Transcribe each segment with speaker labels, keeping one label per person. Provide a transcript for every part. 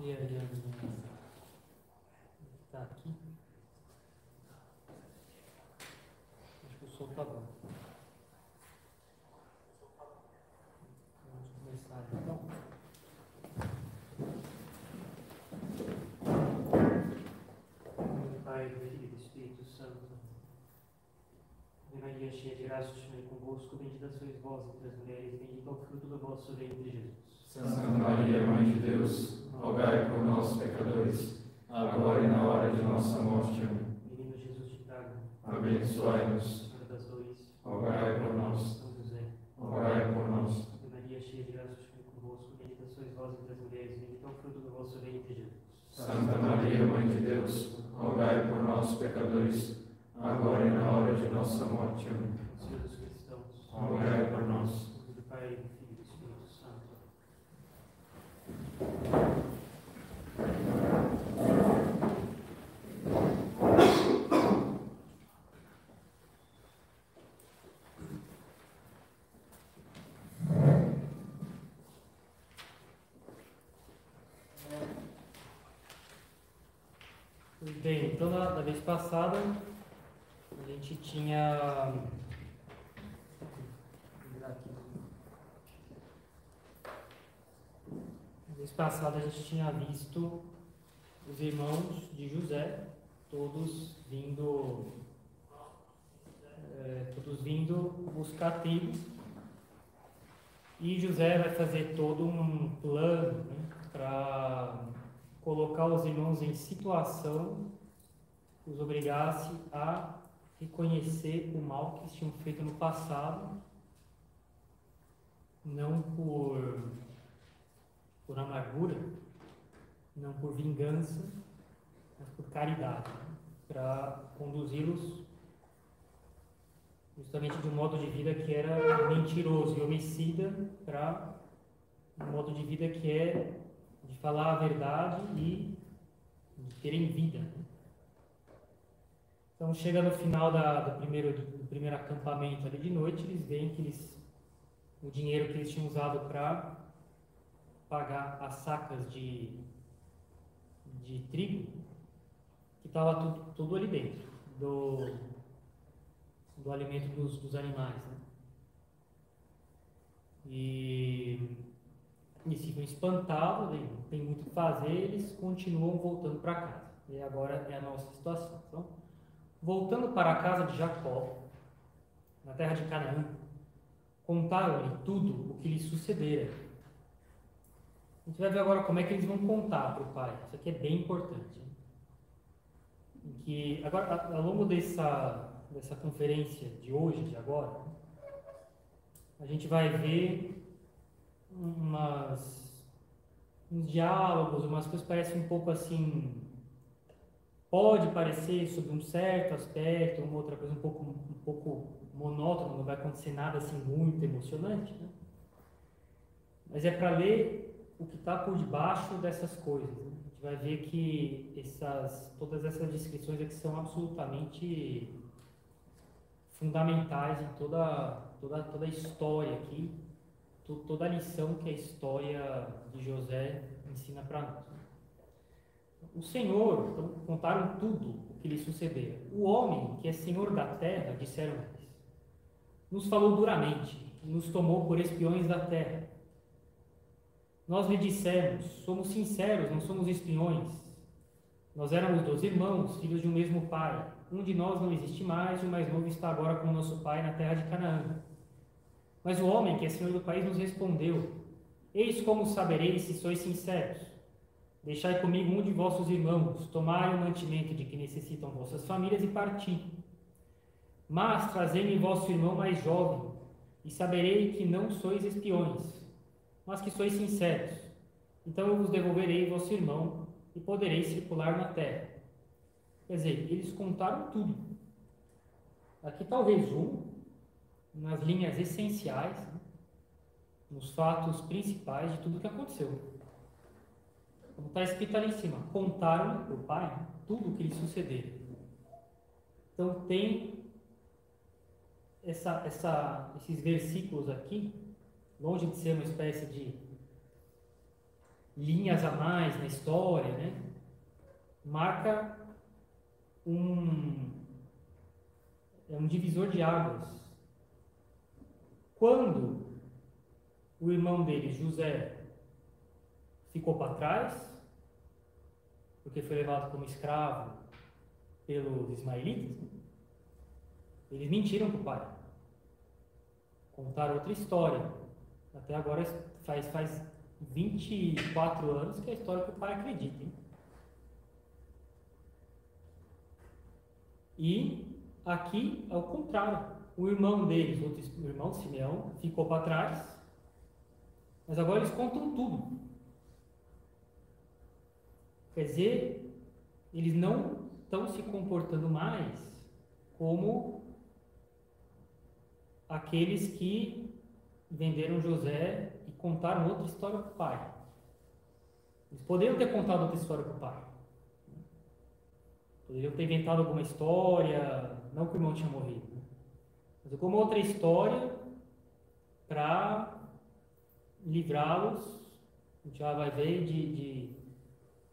Speaker 1: E ali a minha. Tá aqui. Acho que o som tá bom. Vamos começar então.
Speaker 2: Em nome do Pai, do Filho e do Espírito Santo. Ave Maria, cheia de graça, o Senhor é convosco. Bendita sois vós entre as mulheres, bendito é o fruto do vosso ventre, Jesus.
Speaker 3: Santa Maria, Mãe de Deus, rogai por nós, pecadores, agora e na hora de nossa morte. Amém.
Speaker 2: Menino Jesus de Praga,
Speaker 3: Abençoai-nos,
Speaker 2: Senhora das Dores,
Speaker 3: rogai por nós,
Speaker 2: São José.
Speaker 3: rogai por nós.
Speaker 2: Ave Maria, cheia de graça, o Senhor é convosco. Bendita sois vós entre as mulheres, bendito é o fruto do vosso ventre, Jesus.
Speaker 3: Santa Maria, Mãe de Deus, rogai por nós, pecadores, agora e na hora de nossa morte. Amém.
Speaker 2: Senhor dos cristãos.
Speaker 3: Rogai por nós.
Speaker 2: Em nome do Pai, do Filho e do Espírito Santo.
Speaker 1: Bem, então da, da vez passada a gente tinha. Vou virar aqui. Na vez passada a gente tinha visto os irmãos de José, todos vindo. eh, todos vindo buscar trigo. E José vai fazer todo um plano para colocar os irmãos em situação que os obrigasse a reconhecer o mal que eles tinham feito no passado, não por, por amargura, não por vingança, mas por caridade, para conduzi-los justamente de um modo de vida que era mentiroso e homicida para um modo de vida que é de falar a verdade e de terem vida. né? Então, chega no final da, do, primeiro, do primeiro acampamento ali de noite, eles veem que eles, o dinheiro que eles tinham usado para pagar as sacas de, de trigo, que estava tudo, tudo ali dentro do, do alimento dos, dos animais. Né? E eles ficam espantados, né? não tem muito o que fazer, eles continuam voltando para casa. E agora é a nossa situação. Então, voltando para a casa de Jacó, na terra de Canaã, contaram-lhe tudo o que lhe sucedera. A gente vai ver agora como é que eles vão contar para o pai. Isso aqui é bem importante. hein? Em Que agora, a- ao longo dessa, dessa conferência de hoje, de agora, a gente vai ver umas uns diálogos, umas coisas que parecem um pouco assim pode parecer sobre um certo aspecto, uma outra coisa um pouco um pouco monótona, não vai acontecer nada assim muito emocionante, né? Mas é para ler o que está por debaixo dessas coisas. Né? A gente vai ver que essas todas essas descrições aqui são absolutamente fundamentais em toda toda toda a história aqui to- toda a lição que a história de José ensina para nós. né? O Senhor, então, contaram tudo o que lhe sucedera. O homem, que é senhor da terra, disseram eles, nos falou duramente e nos tomou por espiões da terra. Nós lhe dissemos, somos sinceros, não somos espiões. Nós éramos dois irmãos, filhos de um mesmo pai. Um de nós não existe mais, e o mais novo está agora com o nosso pai na terra de Canaã. Mas o homem que é senhor do país nos respondeu: Eis como sabereis se sois sinceros. Deixai comigo um de vossos irmãos, tomai o mantimento de que necessitam vossas famílias e parti. Mas trazei-me vosso irmão mais jovem, e saberei que não sois espiões, mas que sois sinceros. Então eu vos devolverei vosso irmão, e podereis circular na terra. Quer dizer, eles contaram tudo. Aqui está o resumo nas linhas essenciais, né? nos fatos principais de tudo que aconteceu. Como está Então, tá escrito ali em cima, contaram para o pai né, tudo o que lhe sucedera. Então tem essa- essa- esses versículos aqui, longe de ser uma espécie de linhas a mais na história, né? Marca um, é um divisor de águas. Quando o irmão dele, José, ficou para trás, porque foi levado como escravo pelos ismaelitas, eles mentiram para o pai. Contaram outra história. Até agora faz, faz 24 anos que é a história que o pai acredita. Hein? E aqui é o contrário. O irmão deles, outro o irmão Simeão, ficou para trás, mas agora eles contam tudo. Quer dizer, eles não estão se comportando mais como aqueles que venderam José e contaram outra história para o pai. Eles poderiam ter contado outra história para o pai. Poderiam ter inventado alguma história, não que o irmão tinha morrido, né? mas alguma outra história para livrá-los, a gente já vai ver, de, de,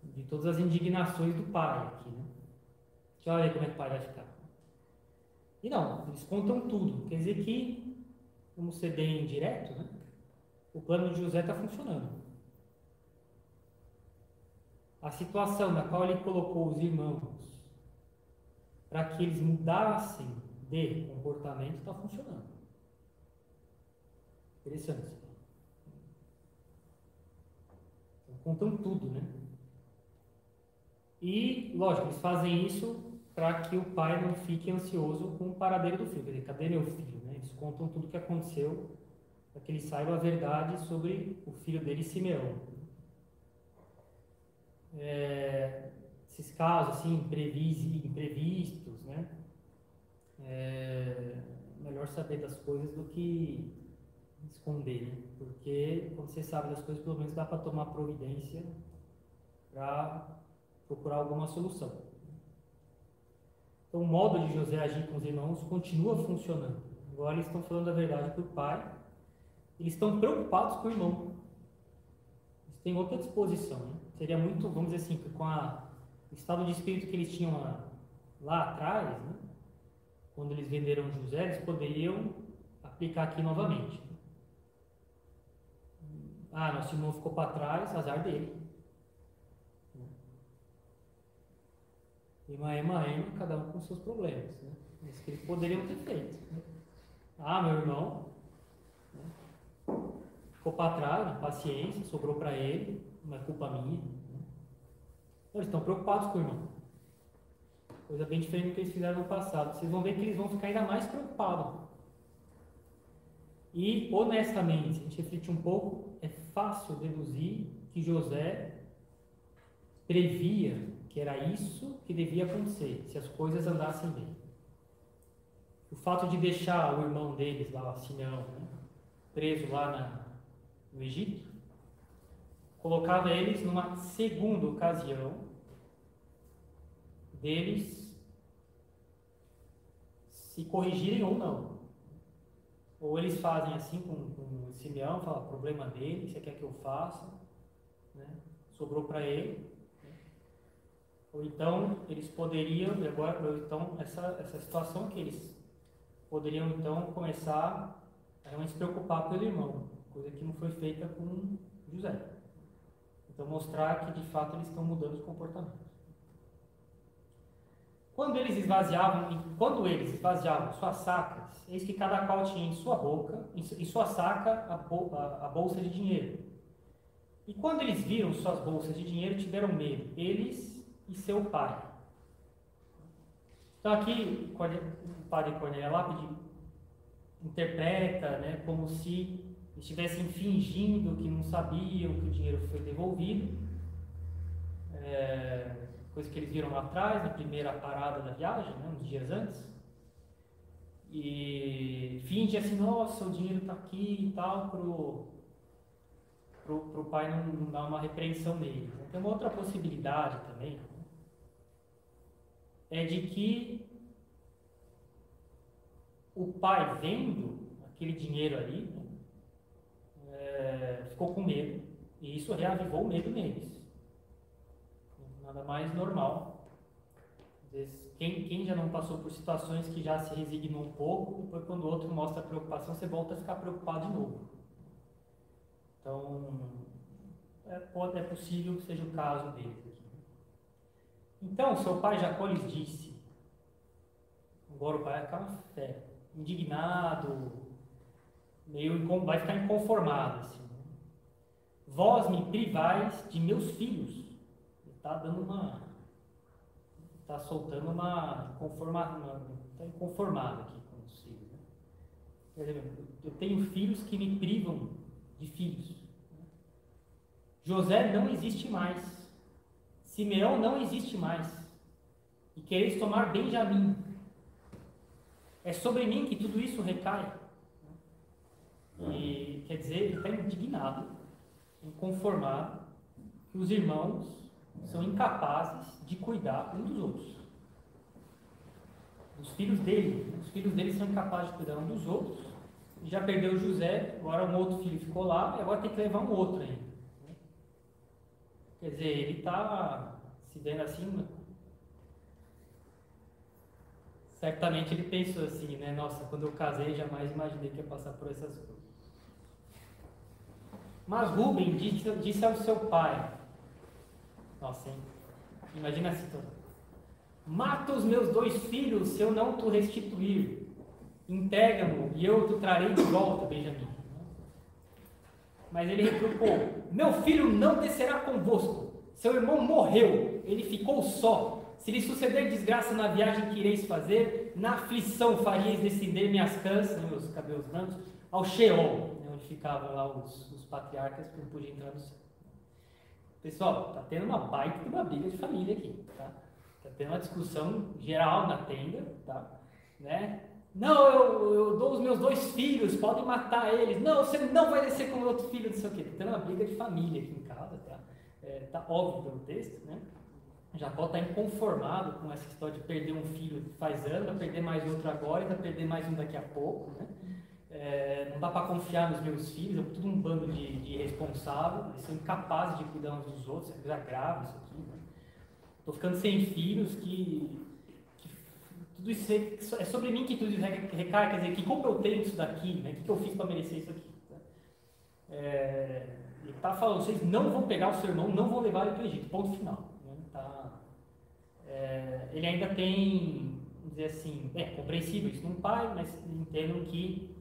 Speaker 1: de, todas as indignações do pai aqui. Né? Deixa eu ver como é que o pai vai ficar. E não, eles contam tudo. Quer dizer que, vamos ser bem direto, né? o plano de José está funcionando. A situação na qual ele colocou os irmãos para que eles mudassem de comportamento está funcionando. Interessante. Então, contam tudo, né? E, lógico, eles fazem isso para que o pai não fique ansioso com o paradeiro do filho. Quer dizer, cadê meu filho? Né? Eles contam tudo o que aconteceu para que ele saiba a verdade sobre o filho dele, Simeão. É, esses casos assim, imprevistos, né? É melhor saber das coisas do que esconder, né? Porque quando você sabe das coisas, pelo menos dá para tomar providência para procurar alguma solução. Então, o modo de José agir com os irmãos continua funcionando. Agora eles estão falando a verdade para o pai. Eles estão preocupados com o irmão. Eles têm outra disposição. Né? Seria muito, vamos dizer assim, com a, o estado de espírito que eles tinham lá, lá atrás, né? quando eles venderam José, eles poderiam aplicar aqui novamente. Ah, nosso irmão ficou para trás, azar dele. Ema, ema, ema, cada um com seus problemas. Né? Isso que eles poderiam ter feito. Né? Ah, meu irmão né? ficou para trás, paciência, sobrou para ele, não é culpa minha. Né? Eles estão preocupados com o irmão. Coisa bem diferente do que eles fizeram no passado. Vocês vão ver que eles vão ficar ainda mais preocupados. E, honestamente, se a gente refletir um pouco, é fácil deduzir que José previa que era isso que devia acontecer se as coisas andassem bem. O fato de deixar o irmão deles lá, Simeão, né, preso lá na, no Egito, colocava eles numa segunda ocasião deles se corrigirem ou não. Ou eles fazem assim com, com Simeão, fala problema dele, você quer que eu faça, né? sobrou para ele, ou então eles poderiam agora então essa essa situação que eles poderiam então começar a realmente se preocupar pelo irmão coisa que não foi feita com José então mostrar que de fato eles estão mudando os comportamentos quando eles esvaziavam quando eles esvaziavam suas sacas eis que cada qual tinha em sua boca em sua saca a bolsa de dinheiro e quando eles viram suas bolsas de dinheiro tiveram medo eles e seu pai. Então aqui o padre Cornélio Lápide interpreta né, como se estivessem fingindo que não sabiam que o dinheiro foi devolvido, é, coisa que eles viram lá atrás, na primeira parada da viagem, né, uns dias antes. E finge assim, nossa, o dinheiro está aqui e tal, pro, pro, pro pai não, não dar uma repreensão nele. Né? Tem uma outra possibilidade também, né? é de que o pai vendo aquele dinheiro ali, né? é, ficou com medo E isso reavivou o medo neles. Nada mais normal. Às vezes, quem, quem já não passou por situações que já se resignou um pouco, depois quando o outro mostra preocupação, você volta a ficar preocupado de novo. Então, é, pode, é possível que seja o caso deles aqui. Então, seu pai Jacó lhes disse, agora o pai acaba é, indignado, meio incon- vai ficar inconformado. Assim, né? Vós me privais de meus filhos. Ele está dando uma. Está soltando uma. Conforma, está inconformado aqui com os filhos. Né? Por exemplo, eu tenho filhos que me privam de filhos. né? José não existe mais. Simeão não existe mais. E quereis tomar Benjamim. É sobre mim que tudo isso recai. E quer dizer, ele está indignado, inconformado, que os irmãos são incapazes de cuidar um dos outros. Os filhos dele, os filhos dele são incapazes de cuidar um dos outros. Já perdeu José, agora um outro filho ficou lá, e agora tem que levar um outro ainda. né? Quer dizer, ele está se vendo assim. Certamente ele pensou assim, né? Nossa, quando eu casei, jamais imaginei que ia passar por essas coisas. Mas Rubem disse, disse ao seu pai: Nossa, hein? Imagina a situação. Mata os meus dois filhos se eu não te restituir. Entrega-mo e eu te trarei de volta, Benjamim. Mas ele retrucou: Meu filho não descerá convosco. Seu irmão morreu, ele ficou só. Se lhe suceder desgraça na viagem que ireis fazer, na aflição faríeis descender minhas cansas, meus cabelos brancos, ao Sheol, né, onde ficavam lá os, os patriarcas que não podiam entrar no céu. Pessoal, tá tendo uma baita de uma briga de família aqui, tá? Tá tendo uma discussão geral na tenda, tá? Né? Não, eu, eu dou os meus dois filhos, podem matar eles. Não, você não vai descer com o outro filho, não sei o quê. Tá tendo uma briga de família aqui em casa, tá? É, tá óbvio pelo texto, né? Jacó está inconformado com essa história de perder um filho faz ano, vai perder mais outro agora e vai perder mais um daqui a pouco, né? É, não dá para confiar nos meus filhos, é tudo um bando de, de irresponsável, eles são incapazes de cuidar uns dos outros, é coisa grave isso aqui. Né? Tô ficando sem filhos, que, que tudo isso é, é sobre mim que tudo isso re- recai, quer dizer, que culpa eu tenho disso daqui, né? O que, que eu fiz para merecer isso aqui? né? É, ele está falando, vocês não vão pegar o seu irmão, não vão levar ele para o Egito, ponto final. né? Tá, é, ele ainda tem, vamos dizer assim, é compreensível isso num pai, mas entendo que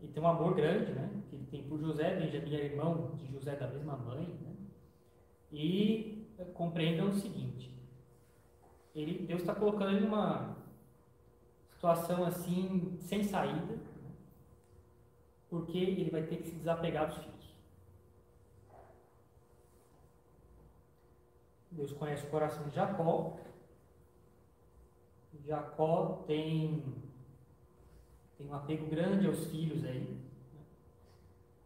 Speaker 1: ele tem um amor grande, né? Que ele tem por José, Benjamim é irmão de José da mesma mãe, né? E é, compreendam o seguinte, ele, Deus está colocando ele numa situação assim, sem saída, né? porque ele vai ter que se desapegar dos filhos. Deus conhece o coração de Jacó. Jacó tem, tem um apego grande aos filhos aí. né?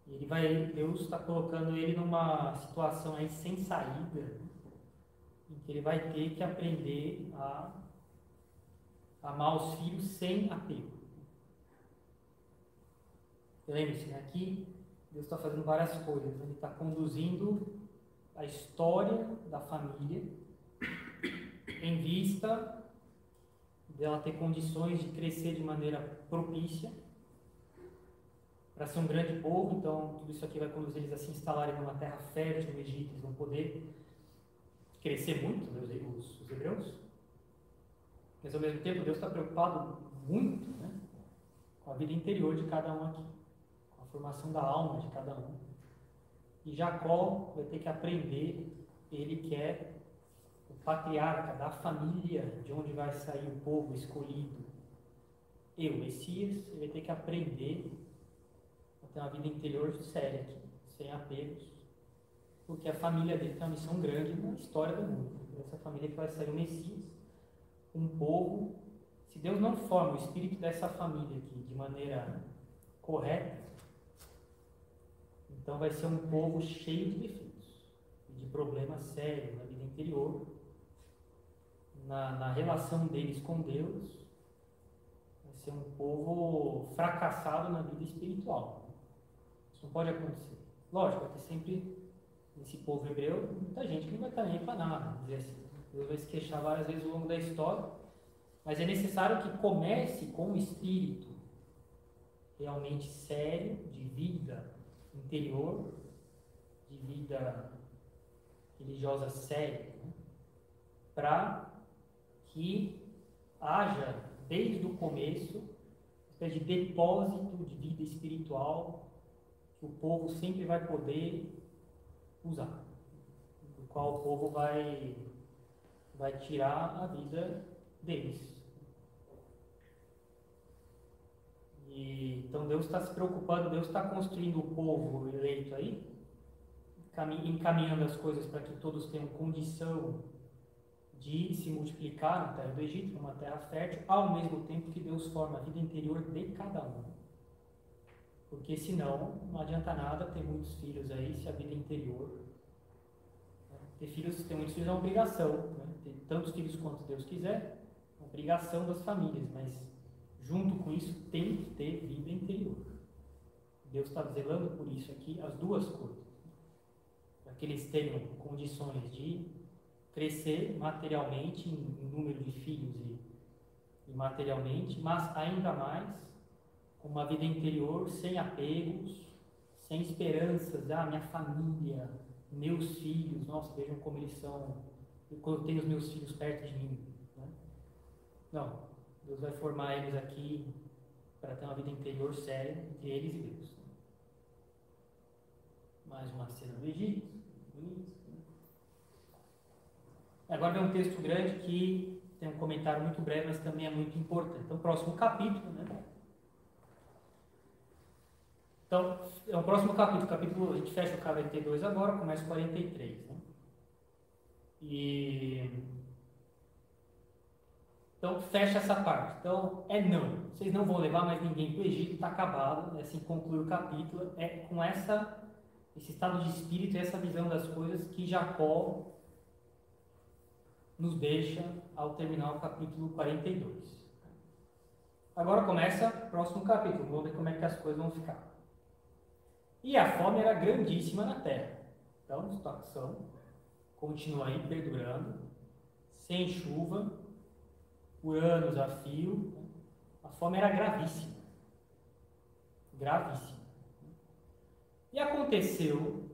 Speaker 1: E ele vai, Deus está colocando ele numa situação aí sem saída, em que ele vai ter que aprender a amar os filhos sem apego. Lembre-se, né? aqui Deus está fazendo várias coisas, né? ele está conduzindo a história da família em vista dela ter condições de crescer de maneira propícia para ser um grande povo, então tudo isso aqui vai conduzir eles a se instalarem numa terra fértil no Egito, eles vão poder crescer muito, né, os- os, os hebreus. Mas ao mesmo tempo Deus está preocupado muito né, com a vida interior de cada um aqui, com a formação da alma de cada um. E Jacó vai ter que aprender, ele que é o patriarca da família, de onde vai sair o povo escolhido. Eu, Messias, ele vai ter que aprender a ter uma vida interior séria aqui, sem apegos, porque a família dele tem uma missão grande na história do mundo. Essa família que vai sair o Messias, um povo. Se Deus não forma o espírito dessa família aqui de maneira correta, então vai ser um povo cheio de defeitos, de problemas sérios na vida interior, na, na relação deles com Deus. Vai ser um povo fracassado na vida espiritual. Isso não pode acontecer. Lógico, vai ter sempre povo hebreu, muita gente que não vai estar nem para nada. Vamos dizer assim. Deus vai se queixar várias vezes ao longo da história, mas é necessário que comece com um espírito realmente sério, de vida interior, de vida religiosa séria, né? para que haja, desde o começo, uma espécie de depósito de vida espiritual que o povo sempre vai poder usar, do qual o povo vai, vai tirar a vida deles. E, então Deus está se preocupando, Deus está construindo o povo eleito aí, encaminhando as coisas para que todos tenham condição de se multiplicar na terra do Egito, uma terra fértil, ao mesmo tempo que Deus forma a vida interior de cada um. Porque senão não adianta nada ter muitos filhos aí se a vida é interior. Né? Ter filhos, ter muitos filhos é uma obrigação, né? ter tantos filhos quanto Deus quiser, é uma obrigação das famílias, mas junto com isso tem que ter vida interior. Deus está zelando por isso aqui as duas coisas. Para que eles tenham condições de crescer materialmente, em número de filhos e, e materialmente, mas ainda mais com uma vida interior sem apegos, sem esperanças. Ah, minha família, meus filhos, nossa, vejam como eles são. Quando eu tenho os meus filhos perto de mim. Né? Não, Deus vai formar eles aqui para ter uma vida interior séria entre eles e Deus. Mais uma cena do Egito. né? Agora vem um texto grande que tem um comentário muito breve, mas também é muito importante. Então, próximo capítulo, né? Então, é o próximo capítulo. capítulo a gente fecha o 42 agora, começa o 43. Né? E então, fecha essa parte. Então, é não. Vocês não vão levar mais ninguém para o Egito, está acabado. É assim conclui o capítulo. É com essa, esse estado de espírito e essa visão das coisas que Jacó nos deixa ao terminar o capítulo 42. Agora começa o próximo capítulo. Vamos ver como é que as coisas vão ficar. E a fome era grandíssima na terra. Então, a situação continua aí perdurando, sem chuva por anos a fio, a fome era gravíssima. Gravíssima. E aconteceu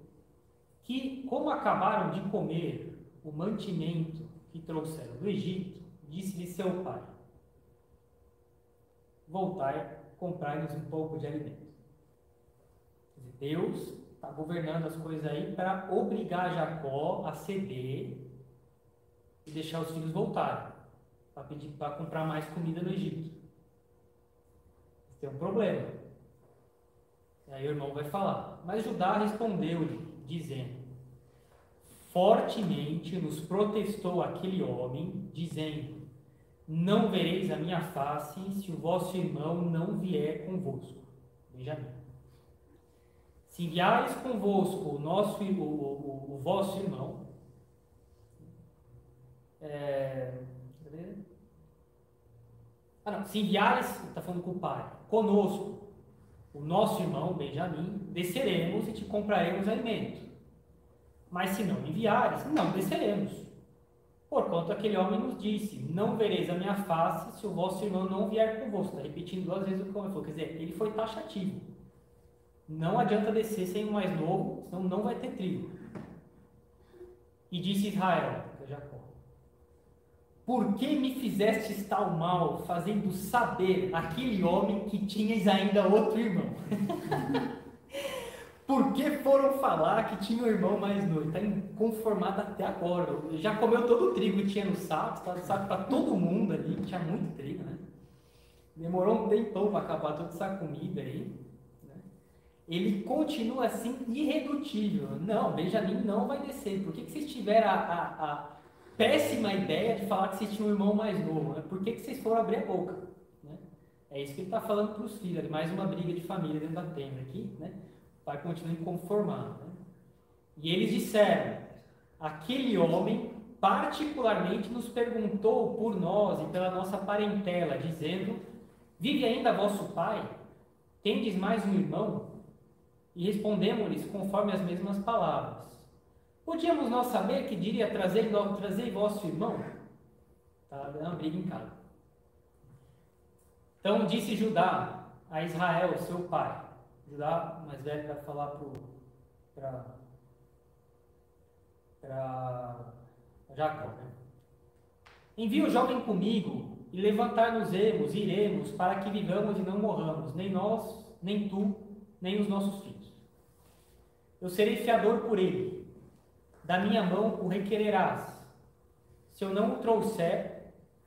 Speaker 1: que, como acabaram de comer o mantimento que trouxeram do Egito, disse-lhe seu pai: Voltai, comprai-nos um pouco de alimento. Deus está governando as coisas aí para obrigar Jacó a ceder e deixar os filhos voltarem para pedir para comprar mais comida no Egito. Tem um problema. E aí o irmão vai falar. Mas Judá respondeu-lhe, dizendo: Fortemente nos protestou aquele homem, dizendo: Não vereis a minha face se o vosso irmão não vier convosco. Benjamim. Se enviares convosco o, nosso, o, o, o vosso irmão, é, ah, não. Se enviares, está falando com o Pai, conosco, o nosso irmão Benjamim, desceremos e te compraremos alimento. Mas se não enviares, não desceremos. Porquanto aquele homem nos disse: Não vereis a minha face se o vosso irmão não vier convosco. Está repetindo duas vezes o que ele falou. Quer dizer, ele foi taxativo. Não adianta descer sem o mais novo, senão não vai ter trigo. E disse Israel, que é Jacó: por que me fizestes tal mal, fazendo saber aquele homem que tinhas ainda outro irmão? Por que foram falar que tinha um irmão mais novo? Está inconformado até agora. Já comeu todo o trigo que tinha no saco, estava no saco para todo mundo ali, tinha muito trigo, né? Demorou um tempão para acabar toda essa comida aí. Né? Ele continua assim, irredutível. Não, Benjamin não vai descer. Por que, que vocês tiveram a, a, a péssima ideia de falar que vocês tinham um irmão mais novo. Né? Por que, que vocês foram abrir a boca? Né? É isso que ele está falando para os filhos. É Mais uma briga de família dentro da tenda aqui. Né? O pai continua inconformado. Né? E eles disseram: aquele homem particularmente nos perguntou por nós e pela nossa parentela, dizendo: Vive ainda vosso pai? Tendes mais um irmão? E respondemos-lhes conforme as mesmas palavras. podíamos nós saber que diria trazei, no- trazei vosso irmão? Tá dando uma briga em casa. Então disse Judá a Israel, seu pai. Judá, o mais velho, vai falar para para Jacó. Né? Envia o jovem comigo e levantar-nos-emos, iremos, para que vivamos e não morramos, nem nós, nem tu, nem os nossos filhos. Eu serei fiador por ele. Da minha mão o requererás. Se eu não o trouxer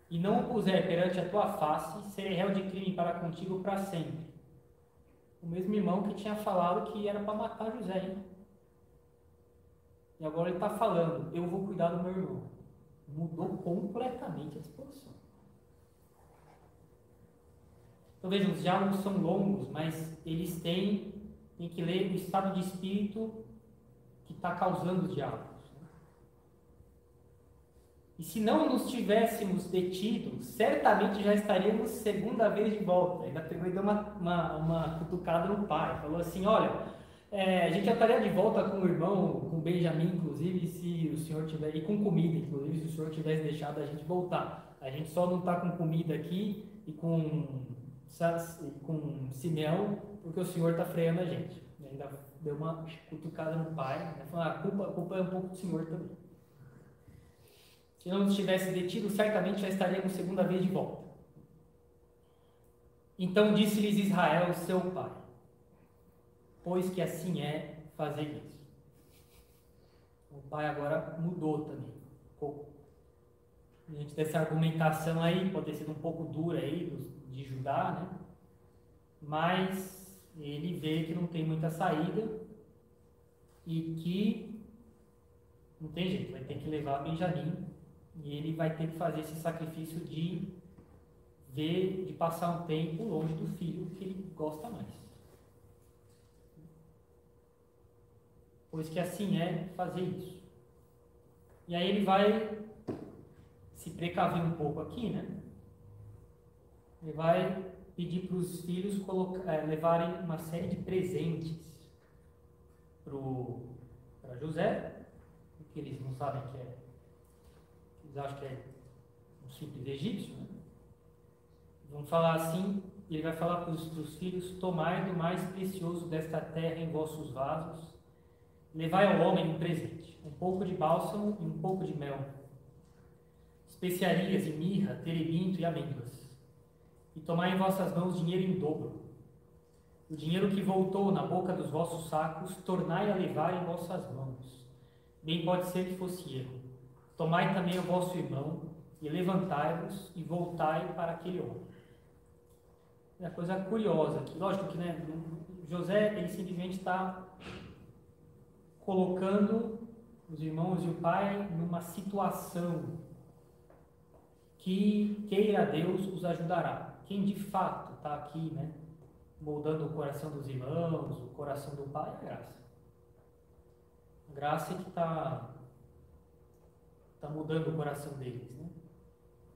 Speaker 1: e não o puser perante a tua face, serei réu de crime para contigo para sempre. O mesmo irmão que tinha falado que era para matar José, hein? E agora ele está falando, eu vou cuidar do meu irmão. Mudou completamente a disposição. Então vejam, os diálogos são longos, mas eles têm, tem que ler o estado de espírito que está causando os diálogos. né? E se não nos tivéssemos detido, certamente já estaríamos segunda vez de volta. Ainda pegou e deu uma, uma, uma cutucada no pai. Falou assim, olha, é, a gente já estaria de volta com o irmão, com o Benjamin, inclusive, se o senhor tiver, e com comida, inclusive, se o senhor tivesse deixado a gente voltar. A gente só não está com comida aqui e com, sa- e com Simeão, porque o senhor está freando a gente. E ainda deu uma cutucada no pai, né? falou, ah, a culpa, a culpa é um pouco do senhor também. Se não nos tivesse detido, certamente já estaríamos segunda vez de volta. Então disse-lhes Israel, seu pai pois que assim é fazer isso. O pai agora mudou também, um pouco. Diante dessa argumentação aí, pode ter sido um pouco dura aí dos- de Judá, né? Mas ele vê que não tem muita saída e que não tem jeito, vai ter que levar Benjamim e ele vai ter que fazer esse sacrifício de ver, de passar um tempo longe do filho que ele gosta mais. pois que assim é fazer isso. E aí ele vai se precaver um pouco aqui, né? Ele vai pedir para os filhos coloca- eh, levarem uma série de presentes para José, porque eles não sabem que é. Eles acham que é um simples egípcio, né? Vão falar assim, ele vai falar para os filhos: tomai do mais precioso desta terra em vossos vasos Levai ao homem um presente, um pouco de bálsamo e um pouco de mel, especiarias e mirra, terebinto e amêndoas. E tomai em vossas mãos dinheiro em dobro. O dinheiro que voltou na boca dos vossos sacos, tornai a levar em vossas mãos. Bem pode ser que fosse erro. Tomai também o vosso irmão, e levantai-vos e voltai para aquele homem. É uma coisa curiosa aqui. Lógico que, né? José, ele simplesmente tá está colocando os irmãos e o pai numa situação que queira Deus os ajudará. Quem de fato está aqui, né, moldando o coração dos irmãos, o coração do pai, é a graça. A graça é que está tá mudando o coração deles, né?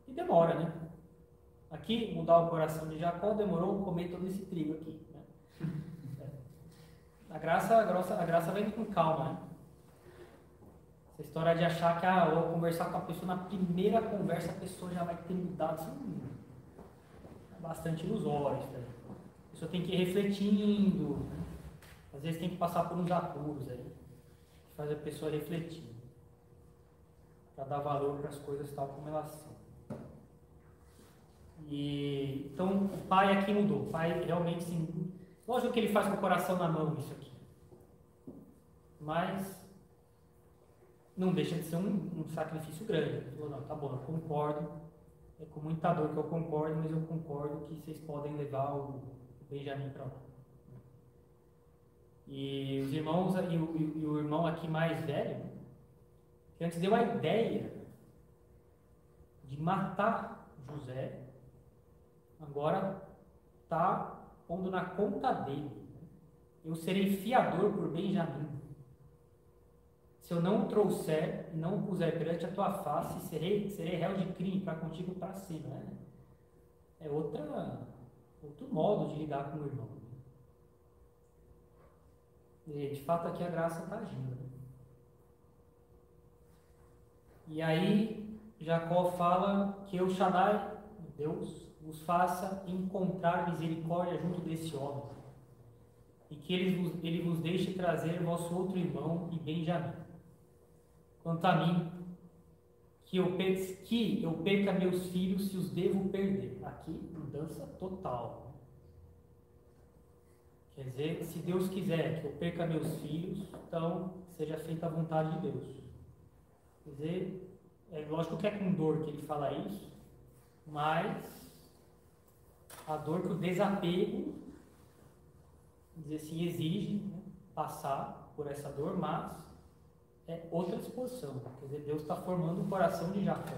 Speaker 1: E demora, né? Aqui mudar o coração de Jacó demorou comer todo esse trigo aqui, né? A graça, a graça, a graça vem com calma, né? Essa história de achar que ah, eu vou conversar com a pessoa, na primeira conversa a pessoa já vai ter mudado. Isso não- é bastante ilusório isso daí. A pessoa tem que ir refletindo. né? Às vezes tem que passar por uns apuros aí. Que faz a pessoa refletir. Para dar valor para as coisas tal como elas são. E, então o pai aqui mudou. O pai realmente se Lógico que ele faz com o coração na mão isso aqui. Mas não deixa de ser um, um sacrifício grande. Ele falou, não, tá bom, eu concordo. É com muita dor que eu concordo, mas eu concordo que vocês podem levar o Benjamin para lá. E os irmãos, e o, e o irmão aqui mais velho, que antes deu a ideia de matar José, agora tá pondo na conta dele. Eu serei fiador por Benjamim. Se eu não o trouxer e não o puser perante a tua face, serei, serei réu de crime para contigo para sempre. Né? É outra, outro modo de lidar com o irmão. tá né? E, de fato, aqui a graça está agindo. né? E aí Jacó fala que o Shaddai, Deus, os faça encontrar misericórdia junto desse homem, e que ele vos, ele vos deixe trazer vosso outro irmão e Benjamim. Quanto a mim, que eu, pe- que eu perca meus filhos se os devo perder. Aqui, mudança total. né? Quer dizer, se Deus quiser que eu perca meus filhos, então seja feita a vontade de Deus. Quer dizer, é lógico que é com dor que ele fala isso, mas a dor que o desapego, dizer assim, exige né, passar por essa dor, mas é outra disposição. Quer dizer, Deus está formando o coração de Jacó.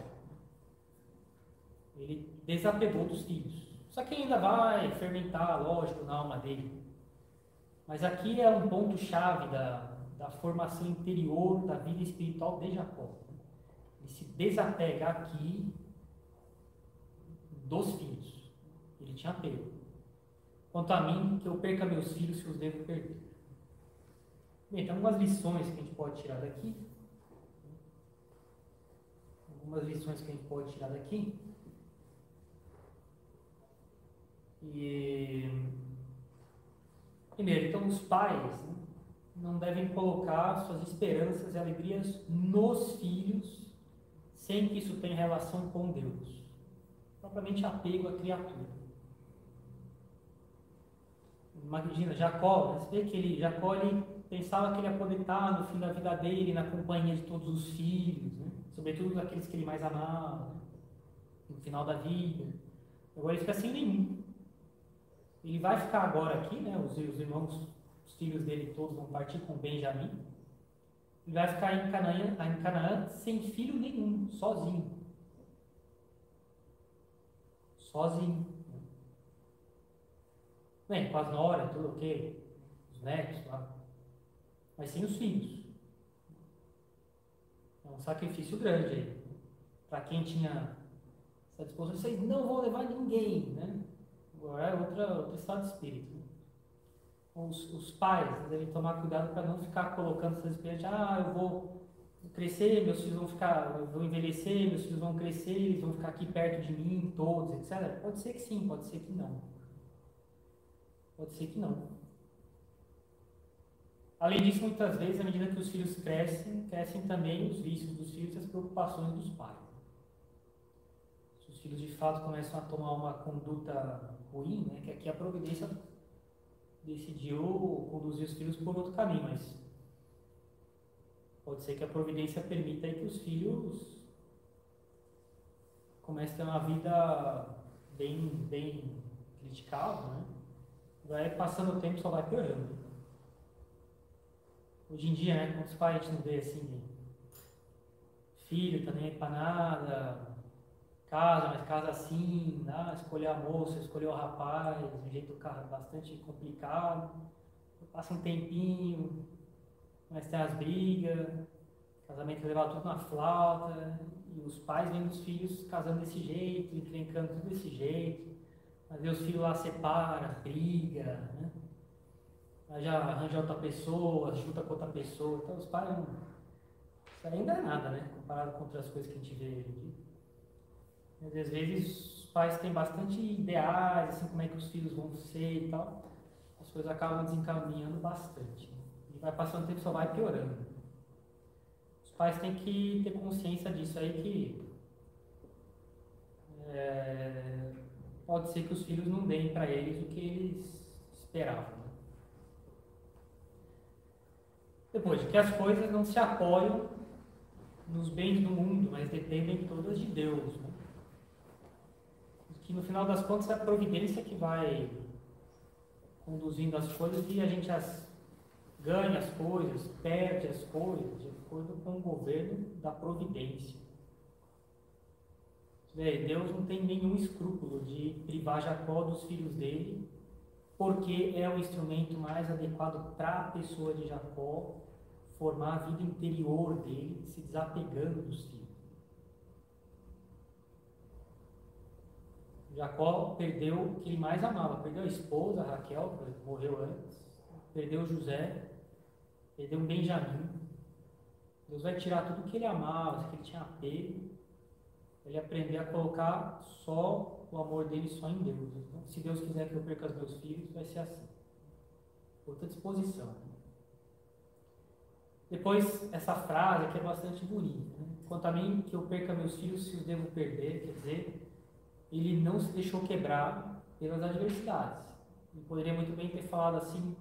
Speaker 1: Ele desapegou dos filhos. Só que ainda vai fermentar, lógico, na alma dele. Mas aqui é um ponto-chave da, da formação interior da vida espiritual de Jacó. Ele se desapega aqui dos filhos. Ele tinha apego. Quanto a mim, que eu perca meus filhos se os devo perder. Bem, tem algumas lições que a gente pode tirar daqui. Algumas lições que a gente pode tirar daqui. E. Primeiro, então, os pais né, não devem colocar suas esperanças e alegrias nos filhos, sem que isso tenha relação com Deus. Propriamente apego à criatura. Imagina, Jacó, né, você vê que ele, Jacó ele pensava que ele ia poder estar no fim da vida dele, na companhia de todos os filhos, né? sobretudo daqueles que ele mais amava, né? no final da vida. Agora ele fica sem nenhum. Ele vai ficar agora aqui, né? os, os irmãos, os filhos dele todos vão partir com Benjamim. Ele vai ficar em Canaã, em Canaã sem filho nenhum, sozinho. Sozinho. né? Bem, com as noras, tudo ok, os netos lá mas sem os filhos. É um sacrifício grande aí. Para quem tinha essa disposição, vocês não vão levar ninguém, né? Agora é outra, outro estado de espírito. né? Os, os pais né, devem tomar cuidado para não ficar colocando essas experiências, ah, eu vou crescer, meus filhos vão ficar, eu vou envelhecer, meus filhos vão crescer, eles vão ficar aqui perto de mim, todos, etc. Pode ser que sim, pode ser que não. Pode ser que não. Além disso, muitas vezes, à medida que os filhos crescem, crescem também os vícios dos filhos e as preocupações dos pais. Se os filhos de fato começam a tomar uma conduta ruim, né, que aqui a providência decidiu conduzir os filhos por outro caminho, mas pode ser que a providência permita aí que os filhos comecem a ter uma vida bem, bem criticável, né? Vai passando o tempo só vai piorando. Hoje em dia, né, quantos pais a gente não vê assim, filho tá nem aí pra nada, casa, mas casa assim, né, escolher a moça, escolher o rapaz, um jeito ca- bastante complicado, passa um tempinho, mas tem as brigas, casamento levado tudo na flauta, e os pais vendo os filhos casando desse jeito, encrencando tudo desse jeito, mas aí os filhos lá separam, briga, né? Aí já arranja outra pessoa, junta com outra pessoa. Então os pais não. Isso aí ainda é nada, né? Comparado com outras coisas que a gente vê hoje em dia. Mas às vezes os pais têm bastante ideais, assim, como é que os filhos vão ser e tal. As coisas acabam desencaminhando bastante. né? E vai passando o tempo só vai piorando. Os pais têm que ter consciência disso aí que. é, pode ser que os filhos não deem para eles o que eles esperavam. né? Depois, que as coisas não se apoiam nos bens do mundo, mas dependem todas de Deus. né? Que no final das contas é a providência que vai conduzindo as coisas e a gente as ganha as coisas, perde as coisas, de acordo com o governo da providência. Vê, Deus não tem nenhum escrúpulo de privar Jacó dos filhos dele, porque é o instrumento mais adequado para a pessoa de Jacó formar a vida interior dele, se desapegando dos filhos. Jacó perdeu o que ele mais amava, perdeu a esposa, Raquel, que morreu antes, perdeu José, perdeu Benjamim, Deus vai tirar tudo que ele amava, que ele tinha apego, ele aprender a colocar só o amor dele só em Deus. Então, se Deus quiser que eu perca os meus filhos, vai ser assim. Outra disposição. Depois, essa frase aqui é bastante bonita. Né? Quanto a mim, que eu perca meus filhos, se os devo perder, quer dizer, ele não se deixou quebrar pelas adversidades. Ele poderia muito bem ter falado assim: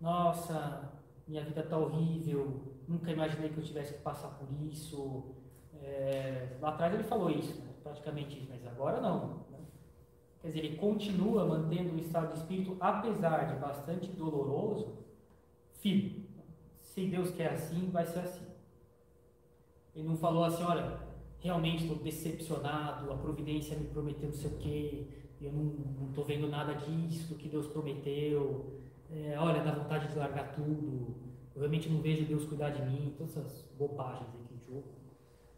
Speaker 1: Nossa, minha vida tá horrível, nunca imaginei que eu tivesse que passar por isso. É, lá atrás ele falou isso, né? praticamente isso, mas agora não. Né? Quer dizer, ele continua mantendo o estado de espírito, apesar de bastante doloroso, firme. Se Deus quer assim, vai ser assim. Ele não falou assim, olha, realmente estou decepcionado, a providência me prometeu não sei o quê, eu não estou vendo nada disso que Deus prometeu, é, olha, dá vontade de largar tudo, eu realmente não vejo Deus cuidar de mim, todas essas bobagens aí que a gente ouve.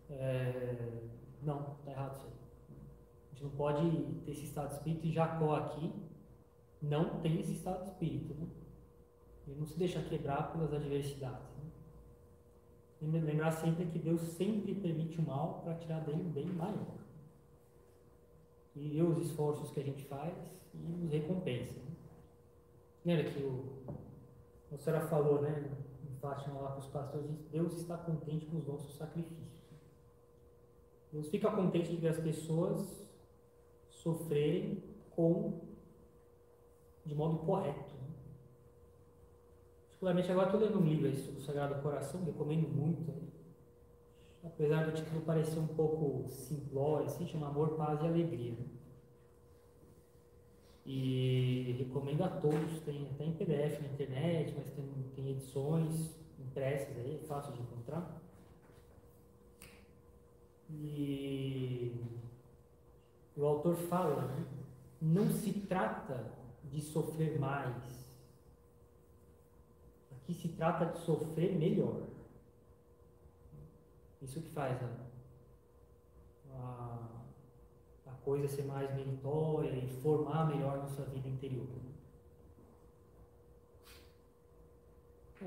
Speaker 1: É, não, está errado isso aí. A gente não pode ter esse estado de espírito e Jacó aqui não tem esse estado de espírito. Né? Ele não se deixa quebrar pelas adversidades. Né? Lembrar sempre que Deus sempre permite o mal para tirar dele um bem maior. E vê os esforços que a gente faz e nos recompensa. Né? Lembra que o, a senhora falou, né? Em Fátima lá com os pastores, Deus está contente com os nossos sacrifícios. Deus fica contente de ver as pessoas sofrerem com de modo correto. Né? Particularmente agora estou lendo um livro aí sobre o Sagrado Coração, recomendo muito. Né? Apesar do título parecer um pouco simplório, assim, chama Amor, Paz e Alegria. Né? E recomendo a todos, tem até em PDF na internet, mas tem, tem edições impressas aí, fácil de encontrar. E o autor fala, né? não se trata de sofrer mais. Aqui se trata de sofrer melhor. Isso que faz a, a, a coisa ser mais meritória e formar melhor nossa vida interior.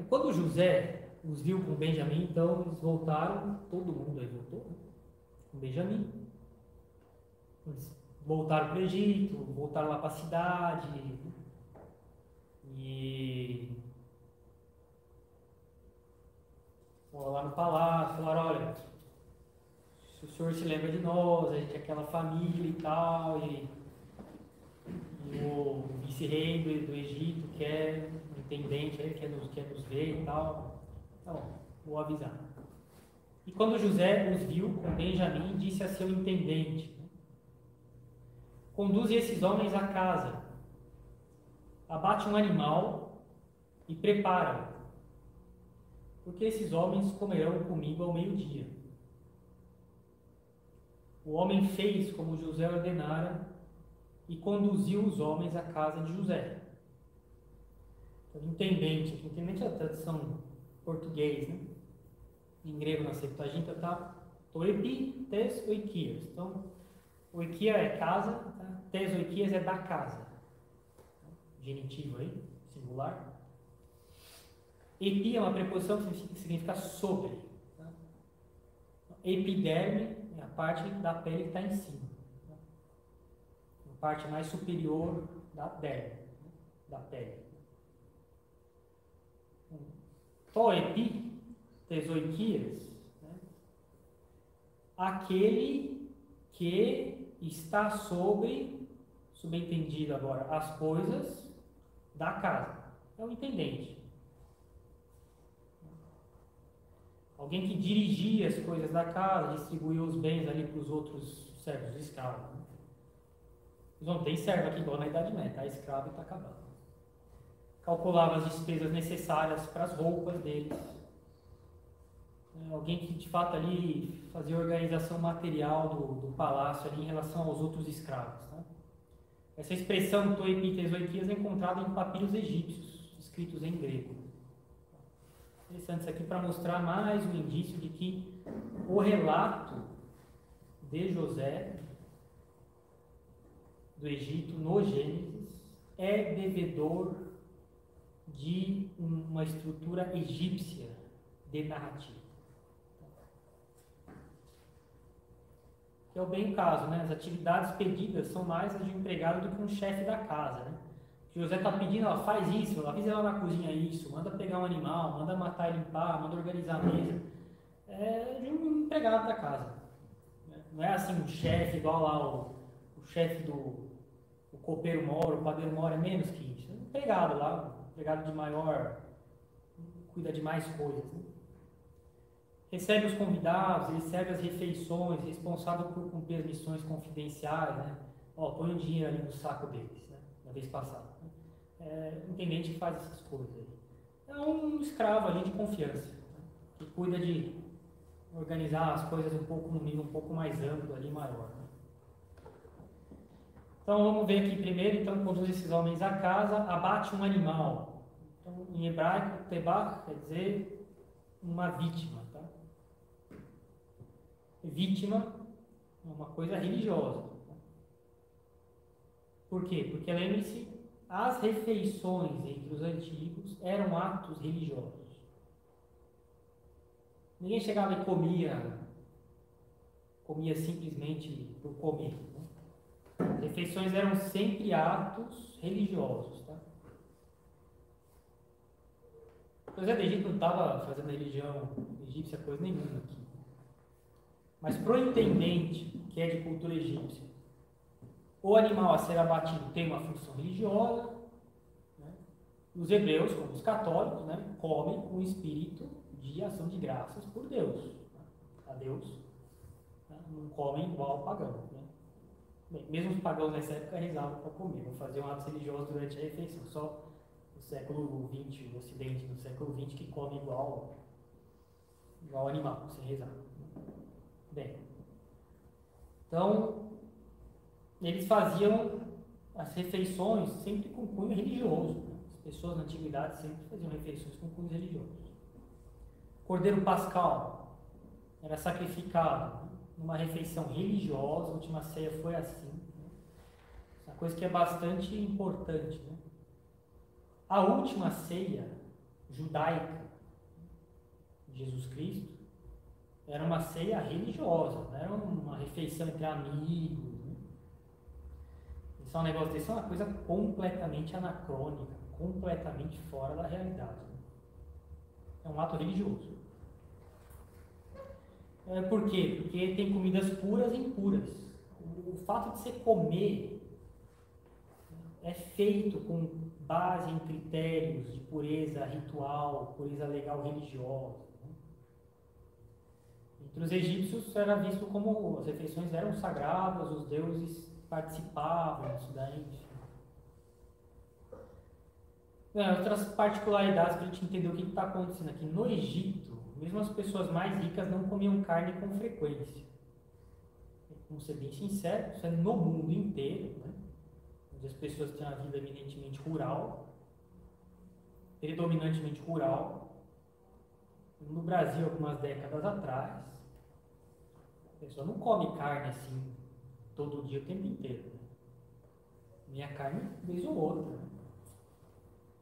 Speaker 1: Quando José os viu com Benjamim, então eles voltaram, todo mundo aí voltou, né? com Benjamim. Eles voltaram para o Egito, voltaram lá para a cidade. né, E. Foram lá no palácio, falaram: olha, se o senhor se lembra de nós, a gente é aquela família e tal, e, e o vice-rei do, do, Egito quer, o intendente aí, quer nos, quer nos ver e tal. Tá bom, vou avisar. E quando José os viu com Benjamim, disse a seu intendente: né, Conduze esses homens à casa, abate um animal e prepara-o, porque esses homens comerão comigo ao meio-dia. O homem fez como José ordenara e conduziu os homens à casa de José. Então, intendente, intendente é a tradução português, né? em grego na Septuaginta tá toepi tes oikias. Então, oikia é casa, tá? tes oikias é da casa. Genitivo aí, singular. Epi é uma preposição que significa sobre. Tá? Epiderme é a parte da pele que está em cima. Tá? A parte mais superior da derme, né? da pele. Toepi tesoiquias, né? aquele que está sobre, subentendido agora, as coisas da casa. É o intendente. Alguém que dirigia as coisas da casa, distribuía os bens ali para os outros servos, os escravos. Né? Não tem servo aqui igual na Idade Média, tá escravo e está acabado. Calculava as despesas necessárias para as roupas deles, É, alguém que de fato ali fazia a organização material do, do palácio ali em relação aos outros escravos. Né? Essa expressão toepitesoiquias é encontrada em papiros egípcios, escritos em grego. Interessante isso aqui para mostrar mais um indício de que o relato de José do Egito no Gênesis é devedor de uma estrutura egípcia de narrativa. é o bem o caso, né? As atividades pedidas são mais as de um empregado do que um chefe da casa, né? O José está pedindo, ó, faz isso, ó, avisa lá na cozinha isso, manda pegar um animal, manda matar e limpar, manda organizar a mesa. É de um empregado da casa. né? Não é assim um chefe igual lá o, o chefe do o copeiro mora, o padeiro mora, é menos que isso. É um empregado lá, um empregado de maior, cuida de mais coisas. né? recebe os convidados, ele serve as refeições, responsável por cumprir as missões confidenciais, né? Ó, põe o dinheiro ali no saco deles, né? Na vez passada. Né? É, o intendente faz essas coisas aí. É um escravo ali de confiança, né? que cuida de organizar as coisas um pouco no nível um pouco mais amplo ali, maior. né? Então vamos ver aqui primeiro, então conduz esses homens à casa, abate um animal. Então, em hebraico, tebach quer dizer uma vítima, tá? vítima é uma coisa religiosa. tá. Por quê? Porque lembre-se, as refeições entre os antigos eram atos religiosos. Ninguém chegava e comia, comia simplesmente por comer. né? As refeições eram sempre atos religiosos, tá? José do Egito é, não estava fazendo religião egípcia coisa nenhuma aqui. Mas para o intendente, que é de cultura egípcia, o animal a ser abatido tem uma função religiosa. né? Os hebreus, como os católicos, né, comem com o espírito de ação de graças por Deus, né? a Deus. né? Não comem igual ao pagão. né? Bem, mesmo os pagãos nessa época rezavam para comer, não faziam atos religiosos durante a refeição. Só no século XX, no ocidente do século XX, que come igual, igual animal, sem rezar. né. Bem, então, eles faziam as refeições sempre com cunho religioso. né? As pessoas na antiguidade sempre faziam refeições com cunhos religiosos. Cordeiro pascal era sacrificado né? numa refeição religiosa, a última ceia foi assim. né? Uma coisa que é bastante importante. Né? A última ceia judaica de Jesus Cristo era uma ceia religiosa, não era uma refeição entre amigos. Né? Isso é um negócio desse, é uma coisa completamente anacrônica, completamente fora da realidade. né? É um ato religioso. É, por quê? Porque tem comidas puras e impuras. O, o fato de você comer é feito com base em critérios de pureza ritual, pureza legal religiosa. né? Entre os egípcios era visto como as refeições eram sagradas, os deuses participavam disso daí. enfim. É, outras particularidades para a gente entender o que está acontecendo aqui. No Egito, mesmo as pessoas mais ricas não comiam carne com frequência. Vamos ser bem sincero, isso é no mundo inteiro, né? onde as pessoas têm uma vida eminentemente rural, predominantemente rural, no Brasil, algumas décadas atrás, a pessoa não come carne assim todo dia, o tempo inteiro. Né? Minha carne, vez ou outra. né?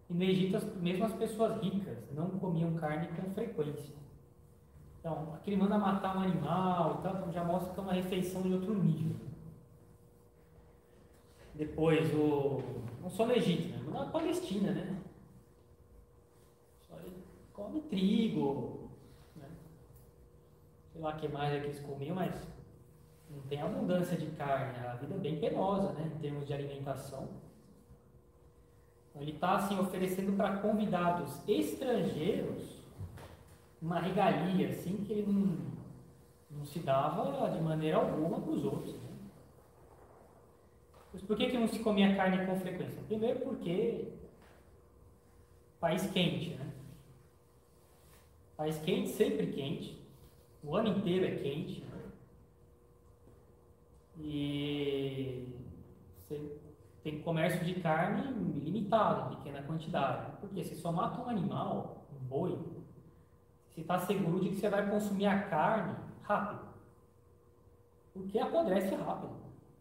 Speaker 1: E no Egito, as, mesmo as pessoas ricas não comiam carne com frequência. Então, aquele manda matar um animal e tal, então já mostra que é uma refeição de outro nível. Depois, o, não só no Egito, né? na Palestina, né? Só ele come trigo, né? sei lá que mais é que eles comiam, mas não tem abundância de carne, a vida é bem penosa, né, em termos de alimentação. Então, Ele está assim oferecendo para convidados estrangeiros uma regalia assim que ele não, não se dava de maneira alguma para os outros. né? Mas por que, que não se comia carne com frequência? Primeiro porque país quente, né? Faz Tá quente, sempre quente. O ano inteiro é quente. E você tem comércio de carne limitado, em pequena quantidade. Porque se só mata um animal, um boi, você está seguro de que você vai consumir a carne rápido. Porque apodrece rápido.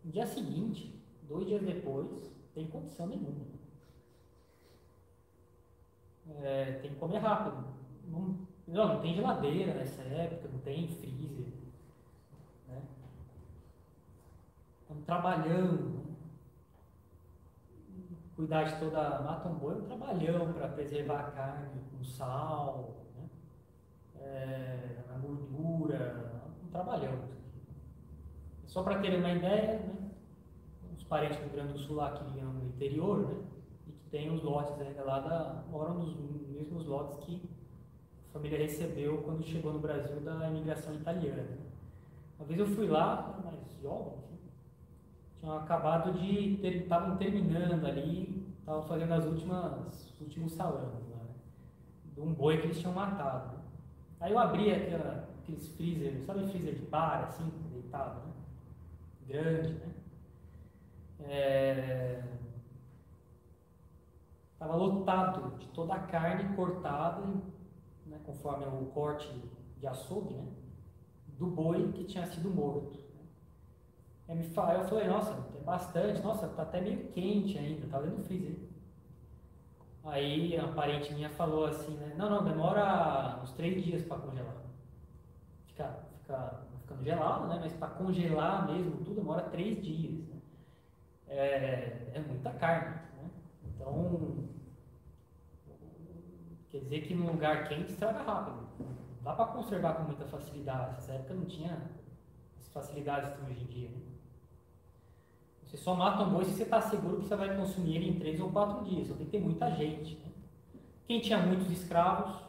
Speaker 1: No dia seguinte, dois dias depois, tem condição nenhuma. É, tem que comer rápido. Não, não, não tem geladeira nessa época, não tem freezer. Né? trabalhão. Cuidar de toda a mata um boi é um trabalhão para preservar a carne com sal, né? É, a gordura, um trabalhão. Só para terem uma ideia, né? os parentes do Rio Grande do Sul lá que vinham no interior, né? e que tem os lotes ainda lá, da, moram nos mesmos lotes que a família recebeu quando chegou no Brasil da imigração italiana. Uma vez eu fui lá, era mais jovem, assim, tinham acabado de ter, estavam terminando ali, estavam fazendo as últimas, os últimos salames lá, né? de um boi que eles tinham matado. Aí eu abri aquela, aqueles freezer, sabe freezer de bar, assim, deitado, né? Grande, né? É... Estava lotado de toda a carne cortada, né, conforme o corte de açougue, né, do boi que tinha sido morto. Eu, É me fa... eu falei, nossa, tem bastante, nossa, tá até meio quente ainda, tá dentro do freezer. Aí a parente minha falou assim, né, não, não, demora uns três dias para congelar. Fica, fica ficando gelado, né, mas para congelar mesmo tudo demora três dias. Né? É, é, muita carne. Né? Então, quer dizer que num lugar quente estraga rápido. Não dá para conservar com muita facilidade. Nessa época não tinha as facilidades que hoje em dia. Né? Você só mata um boi se você está seguro que você vai consumir ele em três ou quatro dias. Só tem que ter muita gente. Né? Quem tinha muitos escravos,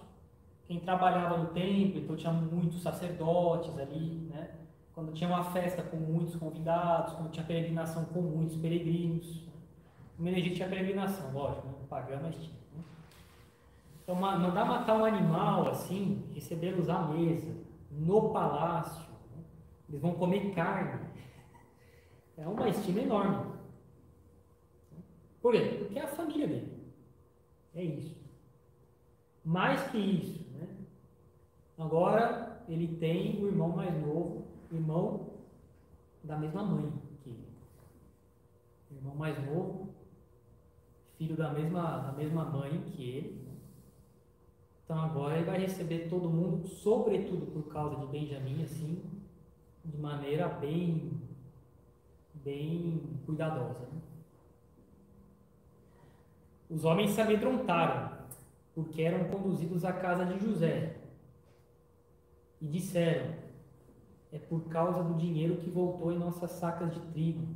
Speaker 1: quem trabalhava no templo, então tinha muitos sacerdotes ali, né? quando tinha uma festa com muitos convidados, quando tinha peregrinação com muitos peregrinos. né? No Egito tinha peregrinação, lógico, né? pagã, mas tinha. Né? Então, mandar matar um animal assim, recebê-los à mesa, no palácio, né? eles vão comer carne. É uma estima enorme. Por quê? Porque é a família dele. É isso. Mais que isso. Né? Agora, ele tem o irmão mais novo, irmão da mesma mãe que ele. Irmão mais novo, filho da mesma, da mesma mãe que ele. Então agora ele vai receber todo mundo, sobretudo por causa de Benjamin, assim, de maneira bem, bem cuidadosa. Né? Os homens se amedrontaram, porque eram conduzidos à casa de José. E disseram: é por causa do dinheiro que voltou em nossas sacas de trigo,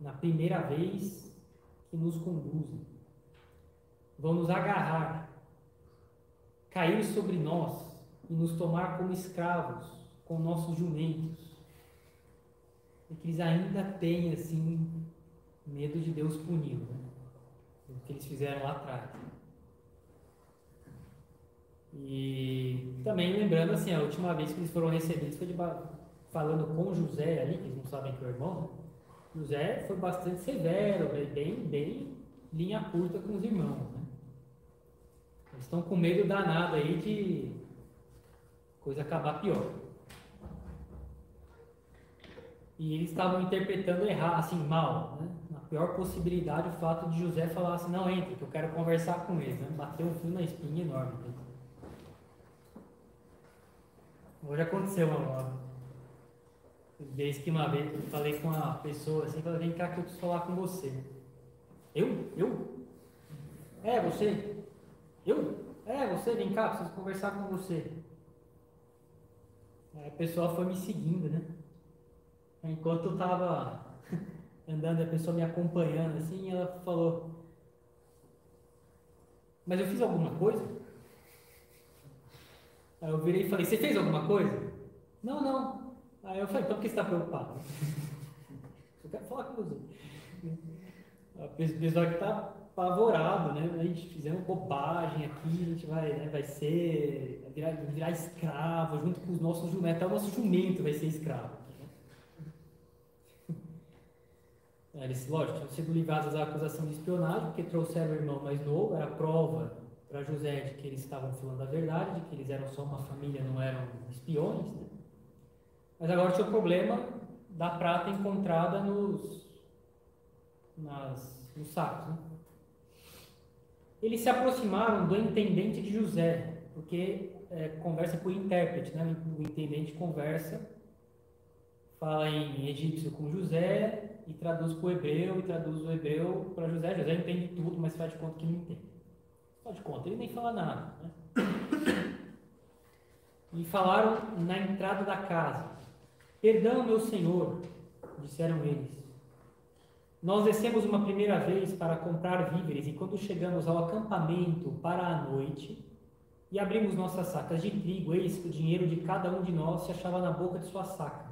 Speaker 1: na primeira vez que nos conduzem. Vão nos agarrar, cair sobre nós e nos tomar como escravos com nossos jumentos. E é que eles ainda têm, assim, medo de Deus puni-lo, né? O que eles fizeram lá atrás. E também lembrando assim, a última vez que eles foram recebidos foi de, falando com José ali, que eles não sabem que é o irmão, né? José foi bastante severo, bem, bem linha curta com os irmãos. Né? Eles estão com medo danado aí de coisa acabar pior. E eles estavam interpretando errar, assim, mal. Né? Na pior possibilidade, o fato de José falar assim, não, entra, que eu quero conversar com eles. Né? Bateu um fio na espinha enorme. Né? Hoje aconteceu uma vez que uma vez eu falei com uma pessoa assim, falei, vem cá que eu preciso falar com você. Eu? Eu? É, você? Eu? É, você, vem cá, preciso conversar com você. Aí a pessoa foi me seguindo, né? Enquanto eu tava andando, a pessoa me acompanhando assim, ela falou. Mas eu fiz alguma coisa? Aí eu virei e falei, você fez alguma coisa? Não, não. Aí eu falei, então por que você está preocupado? eu quero falar com você. A pessoa que está tá apavorado, né? A gente fizemos bobagem aqui, a gente vai, né, vai ser, vai virar, virar, escravo junto com os nossos jumentos, até o nosso jumento vai ser escravo. Né? Eles, lógico, tinham sido ligados à acusação de espionagem, porque trouxeram o irmão mais novo, era prova para José de que eles estavam falando a verdade, de que eles eram só uma família, não eram espiões. Né? Mas agora tinha o problema da prata encontrada nos, nas, nos sacos. Né? Eles se aproximaram do intendente de José, porque é, conversa por intérprete, né? o intendente conversa fala em egípcio com José e traduz para o hebreu e traduz o hebreu para José. José entende tudo, mas faz de conta que não entende. Faz de conta, ele nem fala nada. Né? E falaram na entrada da casa: Perdão, meu senhor, disseram eles. Nós descemos uma primeira vez para comprar víveres e quando chegamos ao acampamento para a noite e abrimos nossas sacas de trigo, eis que o dinheiro de cada um de nós se achava na boca de sua saca.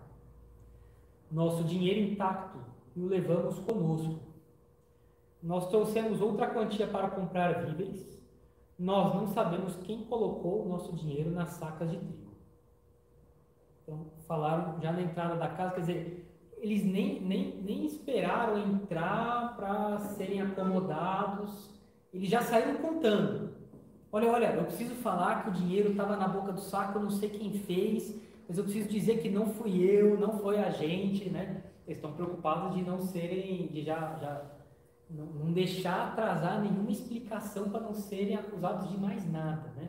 Speaker 1: Nosso dinheiro intacto e o levamos conosco. Nós trouxemos outra quantia para comprar víveres. Nós não sabemos quem colocou o nosso dinheiro nas sacas de trigo. Então, falaram já na entrada da casa, quer dizer, eles nem, nem, nem esperaram entrar para serem acomodados, eles já saíram contando. Olha, olha, eu preciso falar que o dinheiro estava na boca do saco, eu não sei quem fez, mas eu preciso dizer que não fui eu, não foi a gente, né? Eles estão preocupados de não serem, de já, já não, não deixar atrasar nenhuma explicação para não serem acusados de mais nada, né?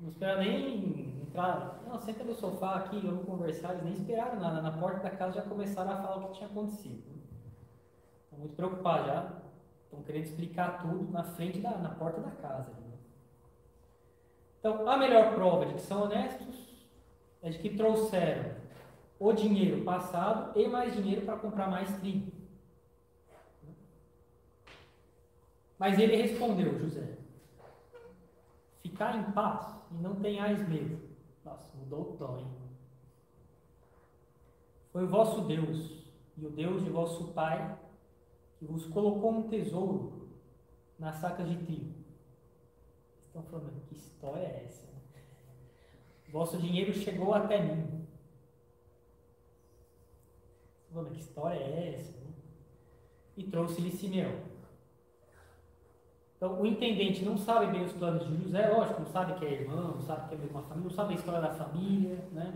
Speaker 1: Não esperaram nem entrar, não, senta no sofá aqui, vamos conversar, eles nem esperaram nada, na porta da casa já começaram a falar o que tinha acontecido. né? Estão muito preocupados já, estão querendo explicar tudo na frente, da, na porta da casa. né? Então, a melhor prova de que são honestos é de que trouxeram o dinheiro passado e mais dinheiro para comprar mais trigo. Mas ele respondeu, José, ficar em paz e não tenhais medo. Nossa, mudou o tom, hein? Foi o vosso Deus e o Deus de vosso Pai que vos colocou um tesouro nas sacas de trigo. Estão falando, que história é essa? Vosso dinheiro chegou até mim. Estão falando, que história é essa? E trouxe-lhe Simeão. Então, o intendente não sabe bem os planos de José, lógico, não sabe que é irmão, não sabe que é mesma família, não sabe a história da família, né?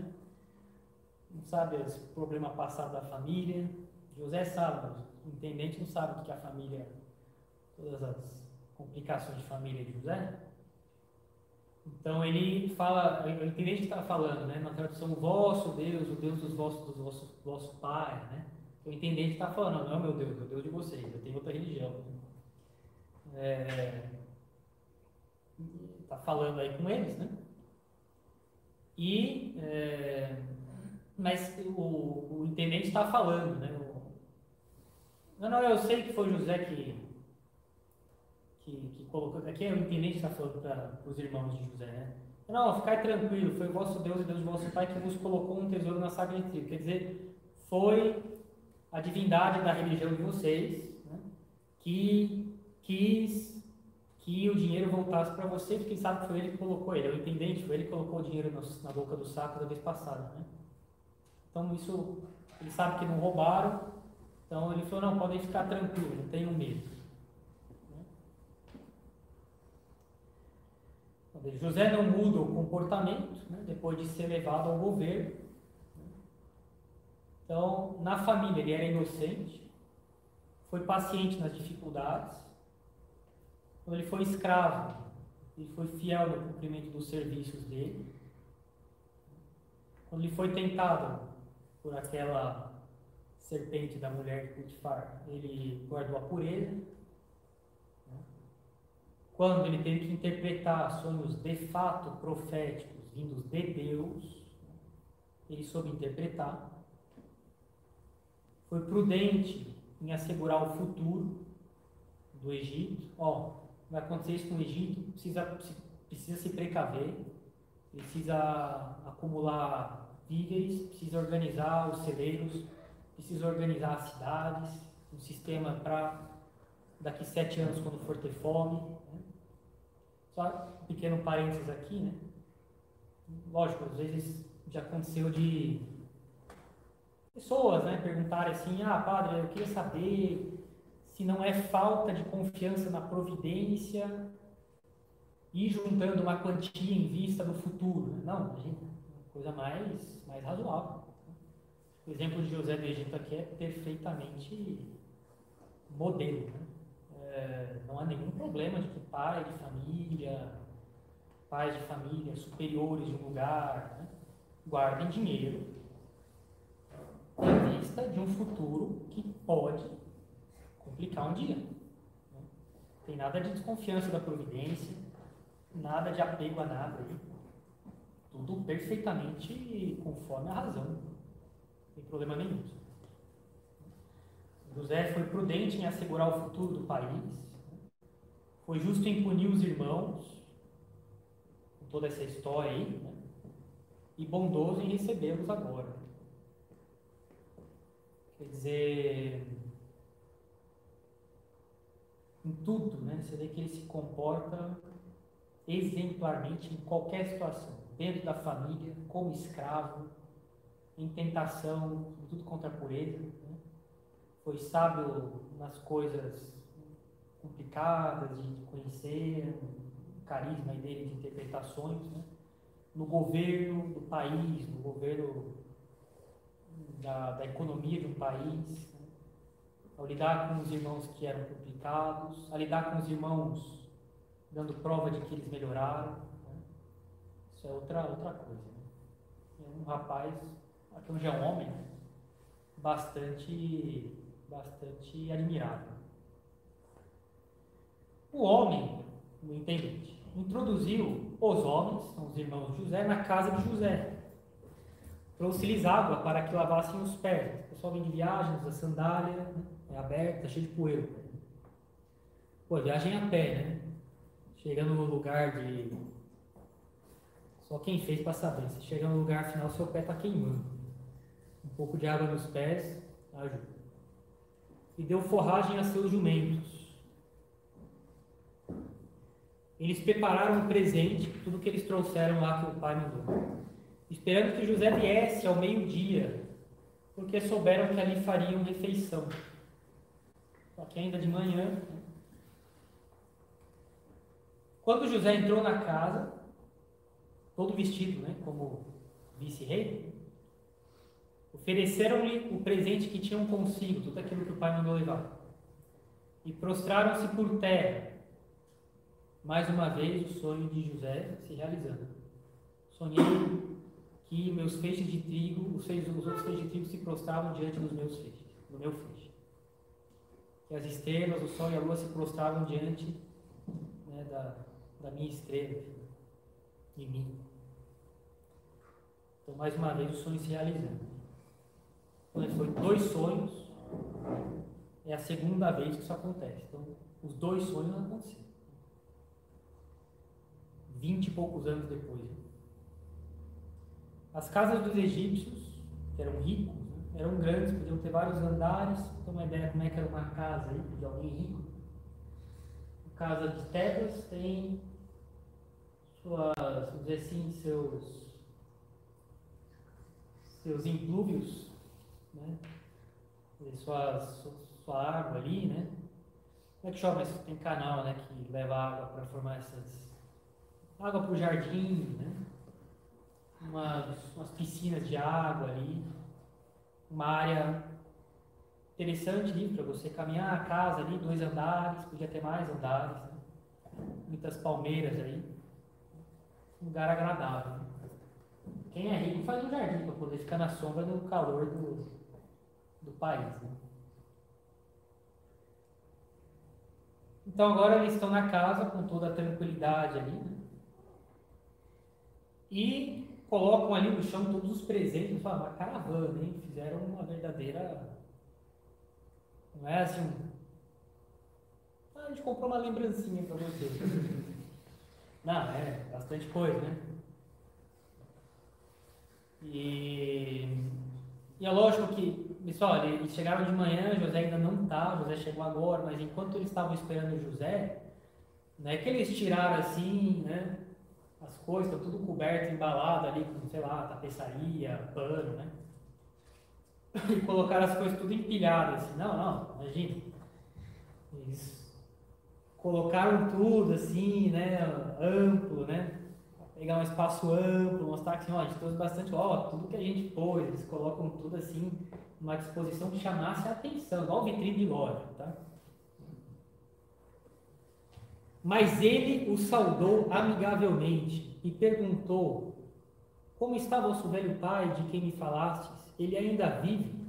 Speaker 1: não sabe os problemas passados da família. José sabe, o intendente não sabe o que é a família, todas as complicações de família de José. Então ele fala, o intendente está falando, né? Na tradução, o vosso Deus, o Deus dos vossos, dos vossos, do vosso pai, né? O intendente está falando, não, meu Deus, é o Deus de vocês, eu tenho outra religião. Né? está é, falando aí com eles, né? E é, mas o, o intendente está falando, né? O, não, não, eu sei que foi José que que, que colocou. Aqui é o intendente está falando para os irmãos de José, né? Não, ficai tranquilo, foi o vosso Deus e Deus do vosso Pai que vos colocou um tesouro na saga de trigo. Quer dizer, foi a divindade da religião de vocês né? que quis que o dinheiro voltasse para você, porque sabe que foi ele que colocou ele, é o intendente, foi ele que colocou o dinheiro na boca do saco da vez passada, né? Então isso, ele sabe que não roubaram, então ele falou, não, podem ficar tranquilos, não tenham medo. Né? José não muda o comportamento, né? depois de ser levado ao governo. Né? Então, na família ele era inocente, foi paciente nas dificuldades, quando ele foi escravo, ele foi fiel no cumprimento dos serviços dele. Quando ele foi tentado por aquela serpente da mulher de Putifar, ele guardou a pureza. Quando ele teve que interpretar sonhos de fato proféticos vindos de Deus, ele soube interpretar. Foi prudente em assegurar o futuro do Egito. Ó, vai acontecer isso com o Egito, precisa, precisa se precaver, precisa acumular víveres, precisa organizar os celeiros, precisa organizar as cidades, um sistema para daqui sete anos, quando for ter fome. Né? Só um pequeno parênteses aqui, né? Lógico, às vezes já aconteceu de pessoas né, perguntarem assim, ah, padre, eu queria saber se não é falta de confiança na providência e juntando uma quantia em vista do futuro. Não, gente, coisa mais, mais razoável. O exemplo de José do Egito aqui é perfeitamente modelo. Né? É, não há nenhum problema de que pai de família, pais de família superiores de um lugar, né? guardem dinheiro vista de um futuro que pode complicar um dia. né? Tem nada de desconfiança da providência, nada de apego a nada aí. Tudo perfeitamente conforme a razão. Não tem problema nenhum. José foi prudente em assegurar o futuro do país, né? foi justo em punir os irmãos, com toda essa história aí, né? e bondoso em recebê-los agora. Quer dizer, em tudo, né? Você vê que ele se comporta exemplarmente em qualquer situação, dentro da família, como escravo, em tentação, em tudo contra a pureza. né? Foi sábio nas coisas complicadas de conhecer, o carisma aí dele de interpretações, né? no governo do país, no governo da, da economia do país, né? ao lidar com os irmãos que eram complicados, a lidar com os irmãos dando prova de que eles melhoraram. né? Isso é outra, outra coisa. Né? É um rapaz, que hoje é um homem, bastante, bastante admirável. O homem, o intendente, introduziu os homens, são os irmãos de José, na casa de José. Trouxe-lhes água para que lavassem os pés. O pessoal vem de viagem, usa sandália, né? é aberta, cheia de poeira. Pô, viagem a pé, né? Chegando no lugar de. Só quem fez para saber. Você chega no lugar final, seu pé tá queimando. Um pouco de água nos pés ajuda. E deu forragem a seus jumentos. Eles prepararam um presente, tudo que eles trouxeram lá que o pai mandou, esperando que José viesse ao meio-dia, porque souberam que ali fariam refeição. Só que ainda de manhã. né? Quando José entrou na casa, todo vestido, né, como vice-rei, ofereceram-lhe o presente que tinham consigo, tudo aquilo que o pai mandou levar, e prostraram-se por terra. Mais uma vez o sonho de José se realizando. Sonhei que meus feixes de trigo, os, feixes, os outros feixes de trigo se prostravam diante dos meus feixes, do meu feixe. Que as estrelas, o sol e a lua se prostravam diante né, da, da minha estrela, de mim. Então, mais uma vez, o sonho se realizando. Então, foi dois sonhos, é a segunda vez que isso acontece. Então, os dois sonhos aconteceram. Vinte e poucos anos depois. né? As casas dos egípcios, que eram ricos, né, eram grandes, podiam ter vários andares. Então, uma ideia como é que era uma casa aí, de alguém rico. A casa de Tebas tem suas, vamos dizer assim, seus seus implúvios, né? E Sua, su- sua água ali, né? Como é que chama? Mas tem canal, né? Que leva água para formar essas. água para o jardim, né? Umas, umas piscinas de água ali. Uma área interessante ali para você caminhar. A casa ali, dois andares, podia ter mais andares. Né? Muitas palmeiras aí. Um lugar agradável. né? Quem é rico faz um jardim para poder ficar na sombra no calor do, do país. né? Então agora eles estão na casa com toda a tranquilidade ali, né? E colocam ali no chão todos os presentes, falam, uma caravana, hein? Fizeram uma verdadeira. Não é assim. um, Ah, a gente comprou uma lembrancinha para você. Não, é bastante coisa, né? E, e é lógico que, pessoal, eles chegaram de manhã, José ainda não tá, José chegou agora, mas enquanto eles estavam esperando o José, não é que eles tiraram assim, né? As coisas, tá tudo coberto, embalado ali com, sei lá, tapeçaria, pano, né? E colocaram as coisas tudo empilhadas, assim, não, não, imagina. Eles colocaram tudo assim, né? Amplo, né? pegar um espaço amplo, mostrar que assim, ó, a gente trouxe bastante, ó, tudo que a gente pôs, eles colocam tudo assim, numa disposição que chamasse a atenção, igual vitrine de loja, tá? Mas ele o saudou amigavelmente e perguntou: Como está vosso velho pai de quem me falastes? Ele ainda vive?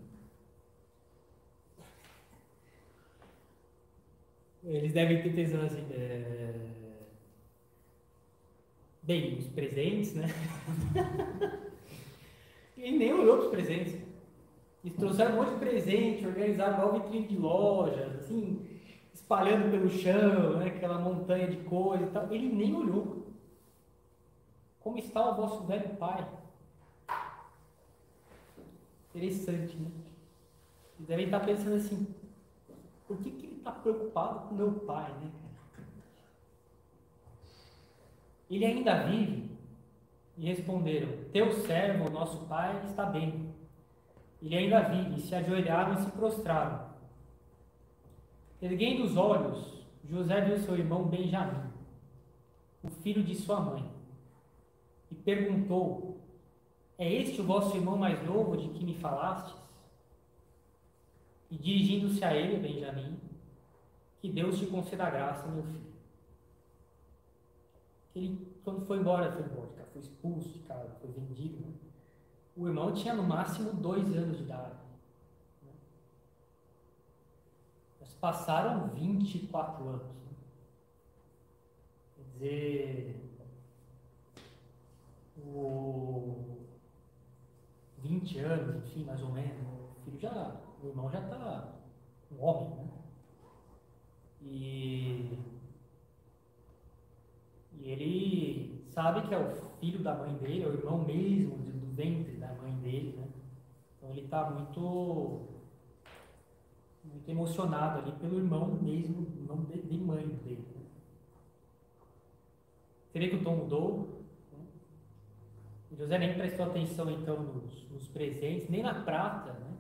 Speaker 1: Eles devem ter pensado assim. é, Bem, os presentes, né? e nem olhou para os presentes. Eles trouxeram um monte de presente, organizaram uma vitrine de lojas, assim, espalhando pelo chão, né? aquela montanha de coisa e tal. Ele nem olhou. Como está o vosso velho pai? Interessante, né? Eles devem estar pensando assim, por que, que ele está preocupado com meu pai, né, cara? Ele ainda vive? E responderam, teu servo, nosso pai, está bem. Ele ainda vive, e se ajoelharam e se prostraram. Erguendo os olhos, José viu seu irmão Benjamim, o filho de sua mãe, e perguntou, é este o vosso irmão mais novo de que me falastes? E dirigindo-se a ele, Benjamim, que Deus te conceda a graça, meu filho. Ele, quando foi embora, foi embora, cara, foi expulso de casa, foi vendido. né? O irmão tinha no máximo dois anos de idade. né? Mas passaram 24 anos. né? Quer dizer, o 20 anos, enfim, mais ou menos, o filho já, o irmão já está um homem, né? E, e ele sabe que é o filho da mãe dele, é o irmão mesmo de- do ventre da mãe dele, né? Então ele está muito muito emocionado ali pelo irmão mesmo, irmão de, de mãe dele. né? Você vê que o tom mudou, né? José nem prestou atenção então nos, nos presentes, nem na prata né,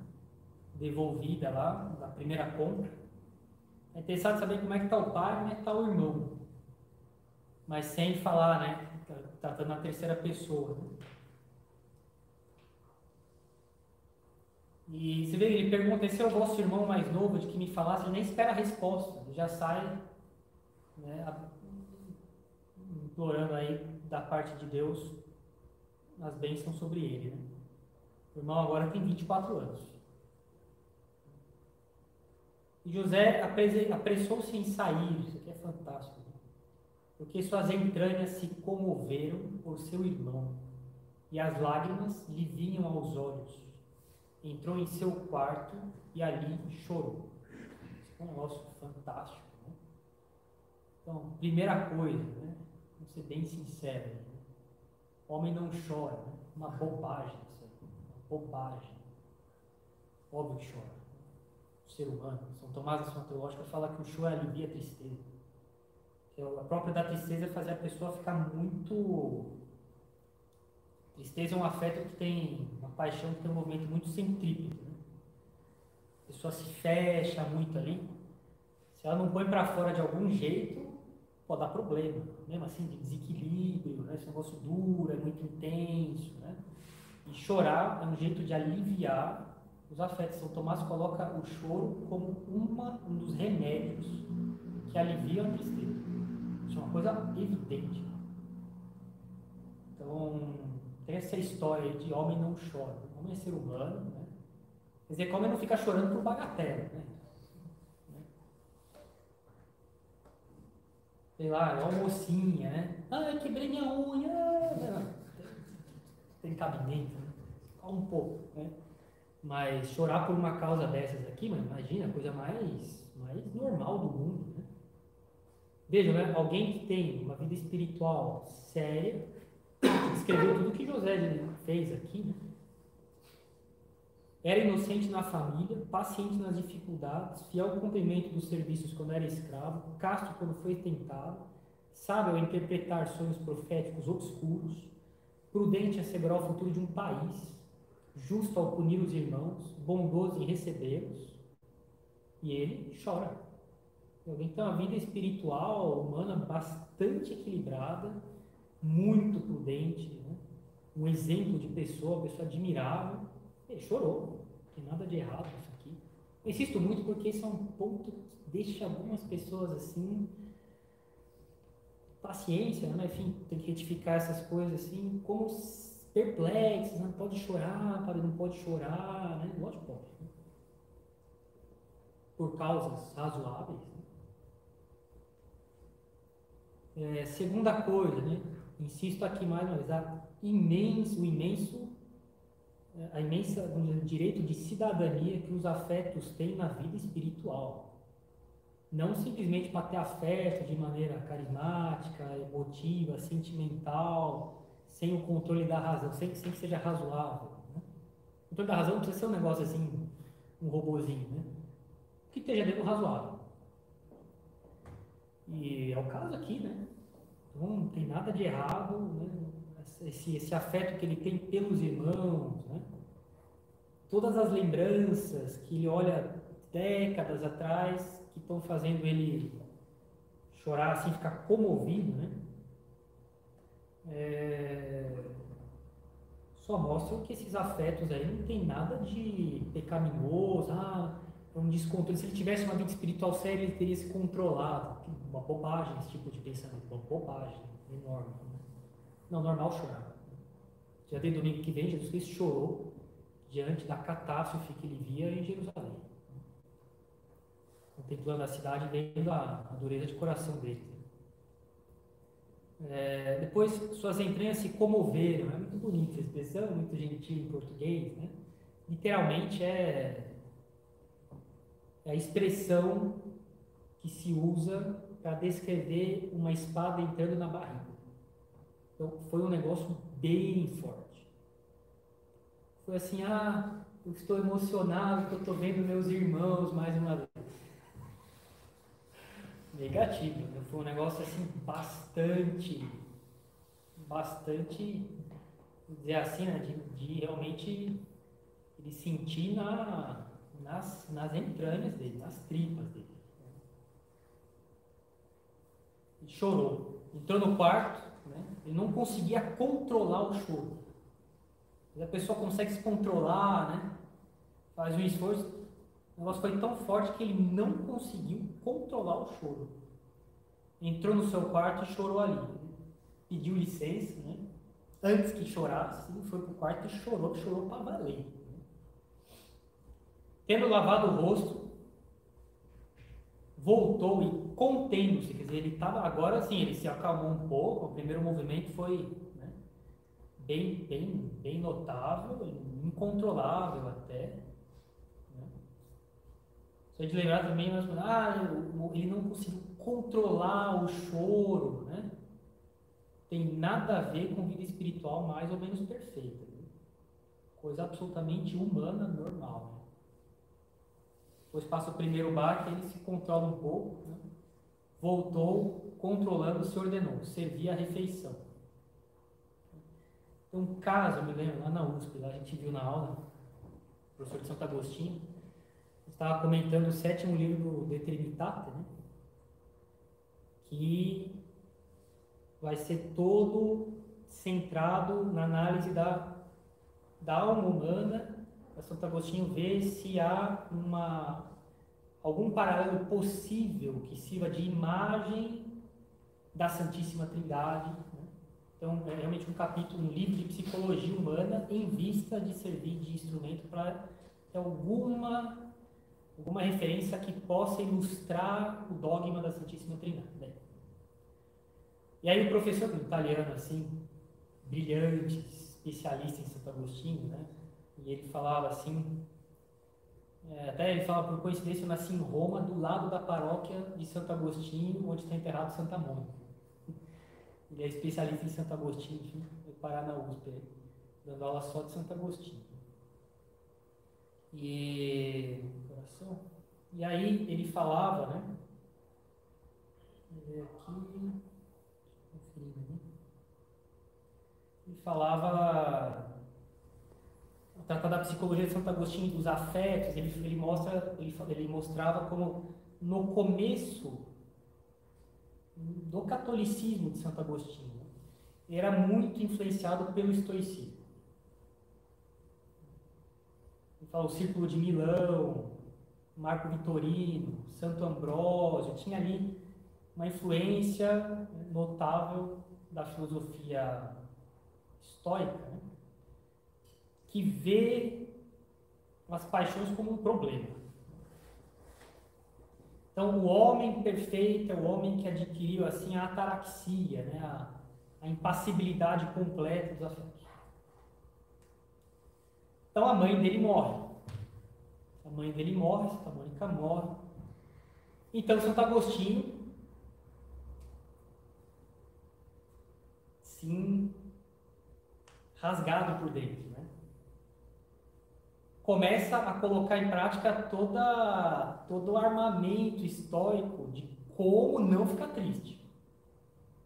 Speaker 1: devolvida lá, na primeira compra. É interessado saber como é que está o pai, como é que está o irmão. Mas sem falar, né? tá- Tratando na terceira pessoa. né? E você vê, ele pergunta, esse é o vosso irmão mais novo de que me falasse, ele nem espera a resposta, ele já sai né, a- implorando aí da parte de Deus as bênçãos sobre ele. Né? O irmão agora tem 24 anos. E José aprese- apressou-se em sair, isso aqui é fantástico, né? porque suas entranhas se comoveram por seu irmão, e as lágrimas lhe vinham aos olhos. Entrou em seu quarto e ali chorou. Isso é um negócio fantástico. Né? Então, primeira coisa, né? vamos ser bem sincero. Né? Homem não chora. né? Uma bobagem isso aí. Uma bobagem. Óbvio que chora. O ser humano. São Tomás da Santa Teológica fala que o choro alivia a tristeza. Que a própria da tristeza é fazer a pessoa ficar muito. Tristeza é um afeto que tem. Uma paixão que tem um movimento muito centrípeto. Né? A pessoa se fecha muito ali. Se ela não põe para fora de algum jeito, pode dar problema, mesmo assim, de desequilíbrio, né? esse negócio duro, é muito intenso, né? E chorar é um jeito de aliviar os afetos. São Tomás coloca o choro como uma, um dos remédios que aliviam a tristeza. Isso é uma coisa evidente. Então, tem essa história aí de homem não chora. Homem é ser humano, né? Quer dizer, que homem não fica chorando por bagatela, né? sei lá, é uma mocinha, né? Ai, quebrei minha unha. ah. Tem cabimento, né? Só um pouco, né? Mas chorar por uma causa dessas aqui, mano, imagina, a coisa mais, mais normal do mundo, né? Vejam, né? Alguém que tem uma vida espiritual séria, escreveu tudo que José fez aqui, né? Era inocente na família, paciente nas dificuldades, fiel ao cumprimento dos serviços quando era escravo, casto quando foi tentado, sábio a interpretar sonhos proféticos obscuros, prudente a assegurar o futuro de um país, justo ao punir os irmãos, bondoso em recebê-los, e ele chora. Alguém tem uma vida espiritual, humana, bastante equilibrada, muito prudente, né? um exemplo de pessoa, uma pessoa admirável, ele chorou, não tem nada de errado isso aqui. Eu insisto muito porque esse é um ponto que deixa algumas pessoas assim. Paciência, né? enfim, tem que retificar essas coisas assim, como s- perplexos, né? pode chorar, pode, não pode chorar, né? Lógico que pode. né? Por causas razoáveis. né? É, segunda coisa, né? insisto aqui mais uma vez, a imenso, o imenso, a imensa vamos dizer, direito de cidadania que os afetos têm na vida espiritual. Não simplesmente para ter afeto de maneira carismática, emotiva, sentimental, sem o controle da razão, sem, sem que seja razoável. Né? O controle da razão não precisa ser um negócio assim, um robozinho, né? Que esteja dentro do razoável. E é o caso aqui, né? Então, não tem nada de errado, né? esse, esse afeto que ele tem pelos irmãos, né? todas as lembranças que ele olha décadas atrás que estão fazendo ele chorar, assim, ficar comovido, né? É... Só mostram que esses afetos aí não tem nada de pecaminoso, ah, um descontrole. Se ele tivesse uma vida espiritual séria, ele teria se controlado. Uma bobagem esse tipo de pensamento, uma bobagem enorme. né? Não, normal chorar. Já tem domingo que vem, Jesus Cristo chorou diante da catástrofe que ele via em Jerusalém. Contemplando a cidade, vendo a, a dureza de coração dele. É, depois, suas entranhas se comoveram. É muito bonita essa expressão, muito gentil em português. Né? Literalmente é é a expressão que se usa para descrever uma espada entrando na barriga. Então, foi um negócio bem forte. Foi assim, ah, eu estou emocionado que eu estou vendo meus irmãos mais uma vez. Negativo, né? foi um negócio assim bastante, bastante, vou dizer assim, né? de, de realmente ele sentir na, nas, nas entranhas dele, nas tripas dele. Ele chorou. Entrou no quarto, né? ele não conseguia controlar o choro. Mas a pessoa consegue se controlar, né? faz um esforço. O negócio foi tão forte que ele não conseguiu controlar o choro. Entrou no seu quarto e chorou ali. Pediu licença, né? antes que chorasse, foi para o quarto e chorou, chorou para valer tendo lavado o rosto, voltou e contendo-se, quer dizer, ele estava agora sim, ele se acalmou um pouco, o primeiro movimento foi né, bem, bem, bem notável, incontrolável até. Né? Só de lembrar também, mas, ah, ele não conseguiu controlar o choro, né? Tem nada a ver com vida espiritual mais ou menos perfeita. Né? Coisa absolutamente humana, normal. Né? depois passa o primeiro baque, ele se controla um pouco, né? voltou, controlando, se ordenou, servir a refeição. Tem um caso, eu me lembro, lá na USP, lá a gente viu na aula, o professor de Santo Agostinho, estava comentando o sétimo livro do Trinitate, né? que vai ser todo centrado na análise da, da alma humana para Santo Agostinho ver se há uma, algum paralelo possível que sirva de imagem da Santíssima Trindade. Né? Então, é realmente um capítulo, um livro de psicologia humana em vista de servir de instrumento para ter alguma, alguma referência que possa ilustrar o dogma da Santíssima Trindade. Né? E aí o professor um italiano, assim, brilhante, especialista em Santo Agostinho, né? E ele falava assim, É, até ele falava, por coincidência, eu nasci em Roma, do lado da paróquia de Santo Agostinho, onde está enterrado Santa Mônica. Ele é especialista em Santo Agostinho, enfim, é veio parar na USP, né? dando aula só de Santo Agostinho. E, coração, e aí ele falava, né? É, Aqui, né? ele falava tratar da psicologia de Santo Agostinho dos afetos, ele, ele, mostra, ele, ele mostrava como no começo do catolicismo de Santo Agostinho era muito influenciado pelo estoicismo. Ele fala o Círculo de Milão, Marco Vitorino, Santo Ambrósio, tinha ali uma influência notável da filosofia estoica, né? que vê as paixões como um problema. Então, o homem perfeito é o homem que adquiriu assim a ataraxia, né? a, a impassibilidade completa dos afetos. Então, a mãe dele morre. A mãe dele morre, Santa Mônica morre. Então, Santo Agostinho sim rasgado por dentro, né? Começa a colocar em prática toda todo o armamento estoico de como não ficar triste,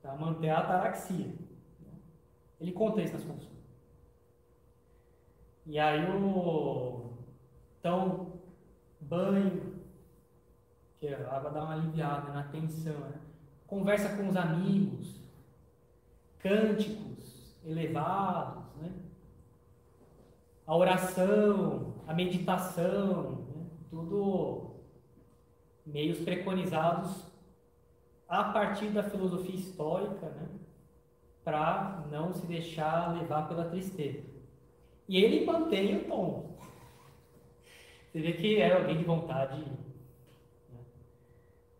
Speaker 1: tá? manter a ataraxia. né? Ele conta isso nas consultas. E aí o então banho, que é, a água dá uma aliviada na tensão, né? conversa com os amigos, cânticos elevados, né? a oração, a meditação, né? tudo meios preconizados a partir da filosofia histórica, né? para não se deixar levar pela tristeza. E ele mantém o tom. Você vê que era alguém de vontade. Né?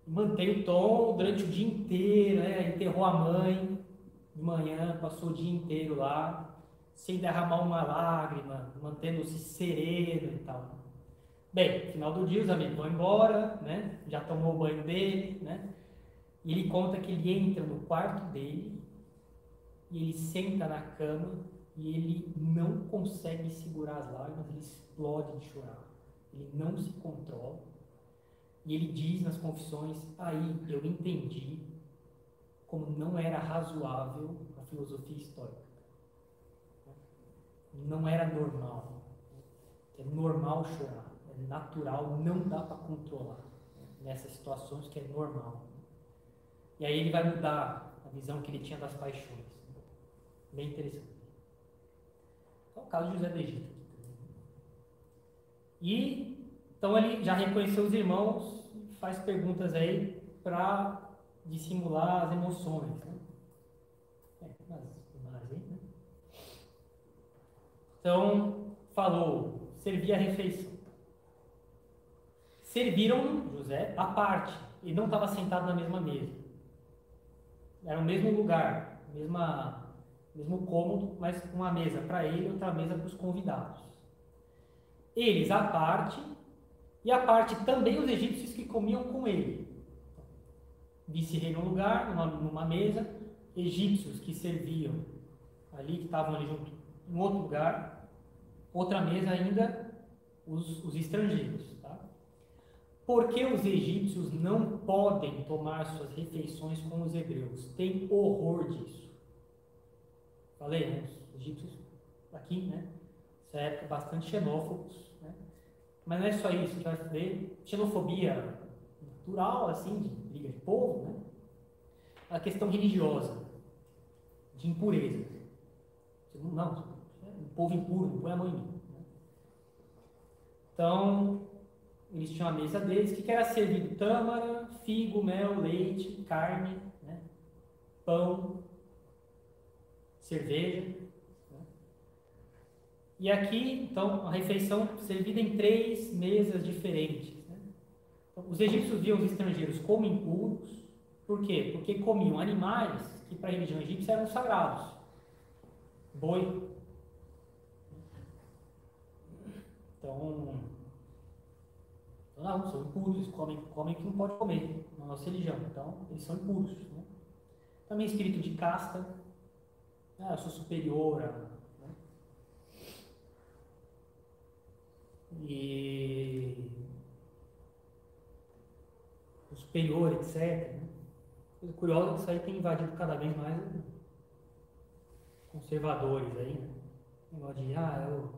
Speaker 1: Mantém o tom durante o dia inteiro, né? enterrou a mãe, de manhã, passou o dia inteiro lá, sem derramar uma lágrima, mantendo-se sereno e tal. Bem, final do dia os amigos vão embora, né? Já tomou o banho dele, né? E ele conta que ele entra no quarto dele e ele senta na cama e ele não consegue segurar as lágrimas, ele explode de chorar. Ele não se controla. E ele diz nas confissões: "Aí eu entendi como não era razoável a filosofia histórica. Não era normal. É normal chorar, é natural, não dá para controlar nessas situações que é normal. E aí ele vai mudar a visão que ele tinha das paixões. Bem interessante. É o caso de José do Egito. E então ele já reconheceu os irmãos, faz perguntas aí para dissimular as emoções. Né? É, mas, mas, né? Então, falou, servir a refeição. Serviram José à parte, ele não estava sentado na mesma mesa. Era o mesmo lugar, mesma, mesmo cômodo, mas uma mesa para ele, outra mesa para os convidados. Eles à parte, e à parte também os egípcios que comiam com ele vice-rei num lugar, numa, numa, mesa, egípcios que serviam ali, que estavam ali junto, em outro lugar, outra mesa ainda, os, os estrangeiros. Tá? Por que os egípcios não podem tomar suas refeições com os hebreus? Tem horror disso. Falei, né? Os egípcios aqui, né? Essa época bastante xenófobos, né? Mas não é só isso que vai ver. Xenofobia cultural, assim, de briga de povo, né? a questão religiosa, de impureza. Não, não um povo impuro, não põe a mão em mim. Né? Então, eles tinham a mesa deles, que era servido tâmara, figo, mel, leite, carne, né? pão, cerveja. Né? E aqui, então, a refeição servida em três mesas diferentes. né? Então, Os egípcios viam os estrangeiros como impuros, por quê? Porque comiam animais que para a religião egípcia eram sagrados. Boi. Então, não, são impuros, comem, comem que não pode comer na nossa religião. Então, eles são impuros. Né? Também espírito de casta. Ah, eu sou superior a. Né? E superior, etc. Coisa curiosa é que isso aí tem invadido cada vez mais conservadores aí, né? Negócio de, ah, eu,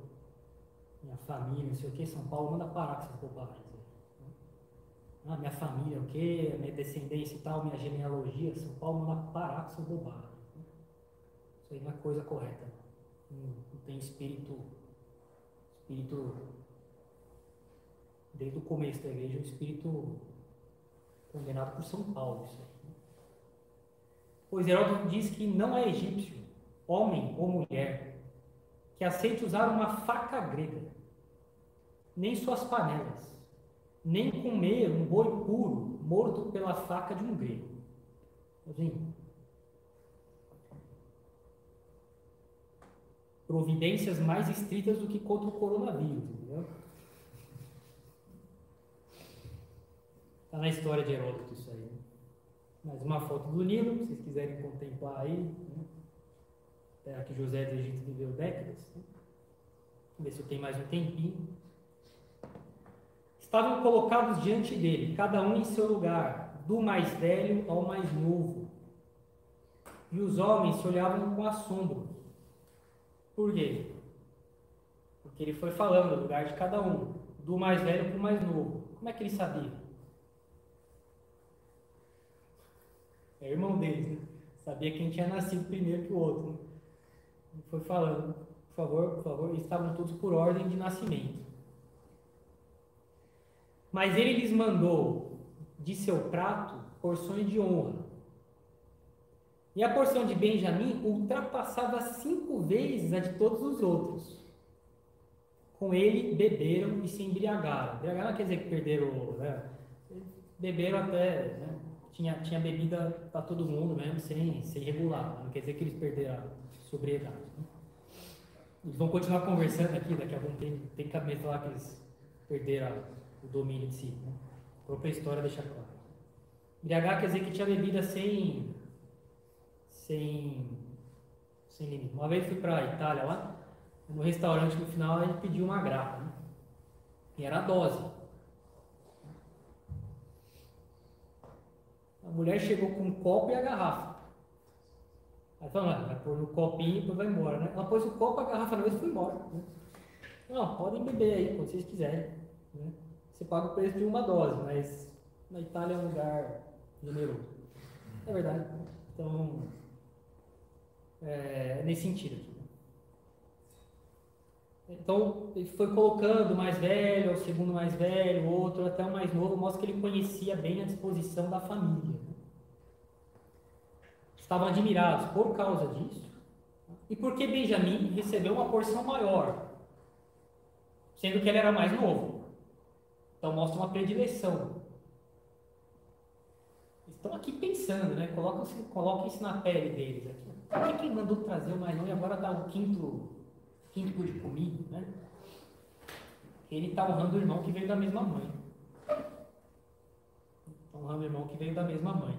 Speaker 1: minha família, não sei o que, São Paulo, manda parar com essas bobagens aí. Ah, minha família, o que, minha descendência e tal, minha genealogia, São Paulo manda parar com essas bobagens. Isso aí não é coisa correta. Não, não tem espírito, espírito, desde o começo da igreja, um espírito condenado por São Paulo. Isso aí. Pois Heródoto diz que não é egípcio, homem ou mulher, que aceite usar uma faca grega, nem suas panelas, nem comer um boi puro morto pela faca de um grego. Assim, providências mais estritas do que contra o coronavírus, entendeu? Está Tá na história de Heródoto isso aí. Né? Mais uma foto do Nilo, se vocês quiserem contemplar aí. Né? Terra que José do Egito viveu décadas. Né? Vamos ver se eu tenho mais um tempinho. Estavam colocados diante dele, cada um em seu lugar, do mais velho ao mais novo. E os homens se olhavam com assombro. Por quê? Porque ele foi falando o lugar de cada um, do mais velho para o mais novo. Como é que ele sabia? É irmão deles, né? Sabia quem tinha nascido primeiro que o outro. Né? Ele foi falando, por favor, por favor, e estavam todos por ordem de nascimento. Mas ele lhes mandou de seu prato porções de honra. E a porção de Benjamim ultrapassava cinco vezes a de todos os outros. Com ele beberam e se embriagaram. Embriagaram quer dizer que perderam, né? Beberam até, né? tinha, tinha bebida para todo mundo mesmo, sem, sem regular. Não quer dizer que eles perderam a sobriedade. Né? Eles vão continuar conversando aqui, daqui a pouco tem, tem cabeça lá que eles perderam o domínio de si. Né? A própria história deixa claro. Embriagar quer dizer que tinha bebida sem sem, sem limite. Uma vez fui para a Itália lá, no restaurante no final a gente pediu uma grapa. Né? E era a dose. A mulher chegou com um copo e a garrafa. Aí falou, ah, vai pôr no copinho e depois vai embora, né? Ela pôs o copo, a garrafa na vez e foi embora. Né? Não, podem beber aí, quando vocês quiserem. Né? Você paga o preço de uma dose, mas na Itália é um lugar generoso. É verdade. Então, é, nesse sentido aqui. Então, ele foi colocando o mais velho, o segundo mais velho, o outro até o mais novo, mostra que ele conhecia bem a disposição da família. né? Estavam admirados por causa disso. E porque Benjamim recebeu uma porção maior, sendo que ele era mais novo. Então, mostra uma predileção. Estão aqui pensando, né? Coloca, coloca isso na pele deles aqui. Por que quem mandou trazer o mais longe agora dá o um quinto, quinto de comida, né? Ele está honrando o irmão que veio da mesma mãe. Está honrando o irmão que veio da mesma mãe.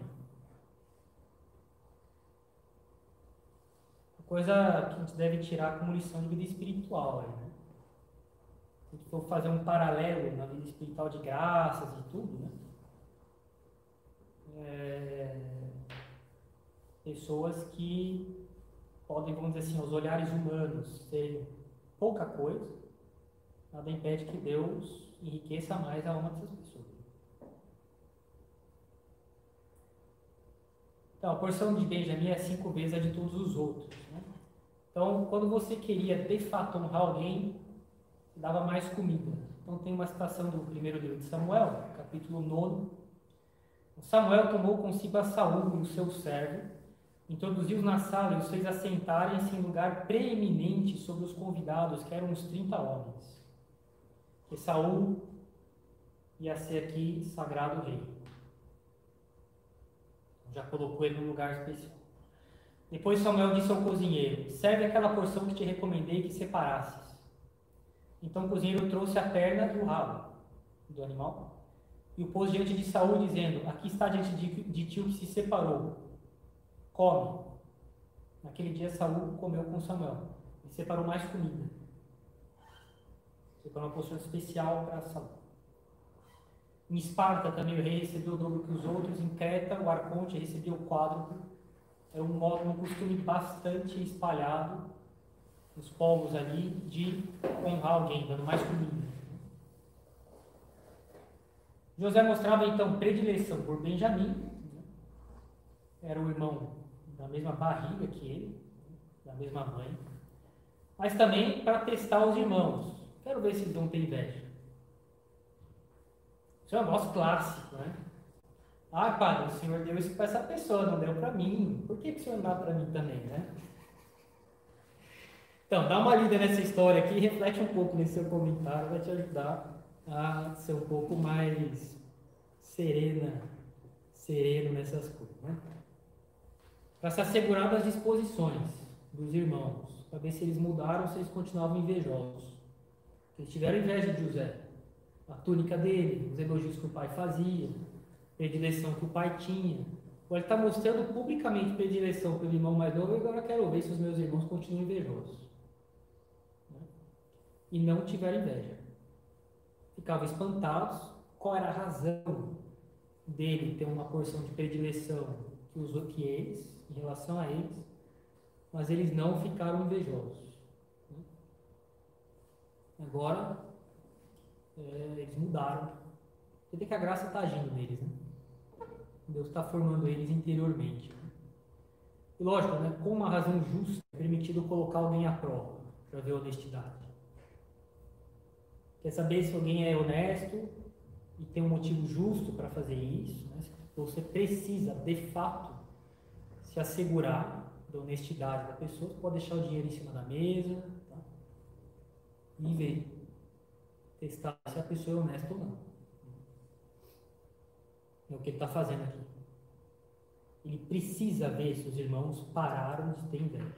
Speaker 1: Uma coisa que a gente deve tirar como lição de vida espiritual aí, né? Se for fazer um paralelo na vida espiritual de graças e tudo, né? É pessoas que podem, vamos dizer assim, aos olhares humanos serem pouca coisa, nada impede que Deus enriqueça mais a alma dessas pessoas. Então, a porção de Benjamim é cinco vezes a de todos os outros. Né? Então, quando você queria de fato honrar alguém, dava mais comida. Então, tem uma citação do primeiro livro de Samuel, capítulo 9. Samuel tomou consigo a Saúl, o seu servo, Introduziu-os na sala e os fez assentarem-se em lugar preeminente sobre os convidados, que eram uns 30 homens. Que Saul ia ser aqui sagrado rei. Já colocou ele num lugar especial. Depois Samuel disse ao cozinheiro: Serve aquela porção que te recomendei que separasses. Então o cozinheiro trouxe a perna e o rabo do animal e o pôs diante de Saul, dizendo: Aqui está diante de, de ti o que se separou come. Naquele dia Saul comeu com Samuel e separou mais comida. Separou uma porção especial para Saul. Em Esparta também o rei recebeu o dobro que os outros. Em Creta o arconte recebeu o quádruplo. É um modo, um costume bastante espalhado nos povos ali de honrar alguém, dando mais comida. José mostrava então predileção por Benjamim, né? era o irmão da mesma barriga que ele, da mesma mãe, mas também para testar os irmãos. Quero ver se eles vão ter inveja. Isso é um nosso clássico, né? Ah, padre, o senhor deu isso para essa pessoa, não deu para mim. Por que, que o senhor não dá para mim também, né? Então, dá uma lida nessa história aqui, reflete um pouco nesse seu comentário, vai te ajudar a ser um pouco mais serena, sereno nessas coisas, né? Para se assegurar das disposições dos irmãos, para ver se eles mudaram, se eles continuavam invejosos. Eles tiveram inveja de José, a túnica dele, os elogios que o pai fazia, a predileção que o pai tinha. Agora ele está mostrando publicamente predileção pelo irmão mais novo e agora quero ver se os meus irmãos continuam invejosos. Né? E não tiveram inveja. Ficavam espantados qual era a razão dele ter uma porção de predileção que usou que eles, em relação a eles, mas eles não ficaram invejosos. Né? Agora, é, eles mudaram. Você vê que a graça está agindo neles, né? Deus está formando eles interiormente. E lógico, né, com uma razão justa, é permitido colocar alguém à prova, para ver a honestidade. Quer saber se alguém é honesto e tem um motivo justo para fazer isso? Né? Você precisa, de fato, se assegurar da honestidade da pessoa, você pode deixar o dinheiro em cima da mesa tá? e ver, testar se a pessoa é honesta ou não. É o que ele está fazendo aqui. Ele precisa ver se os irmãos pararam de ter inveja.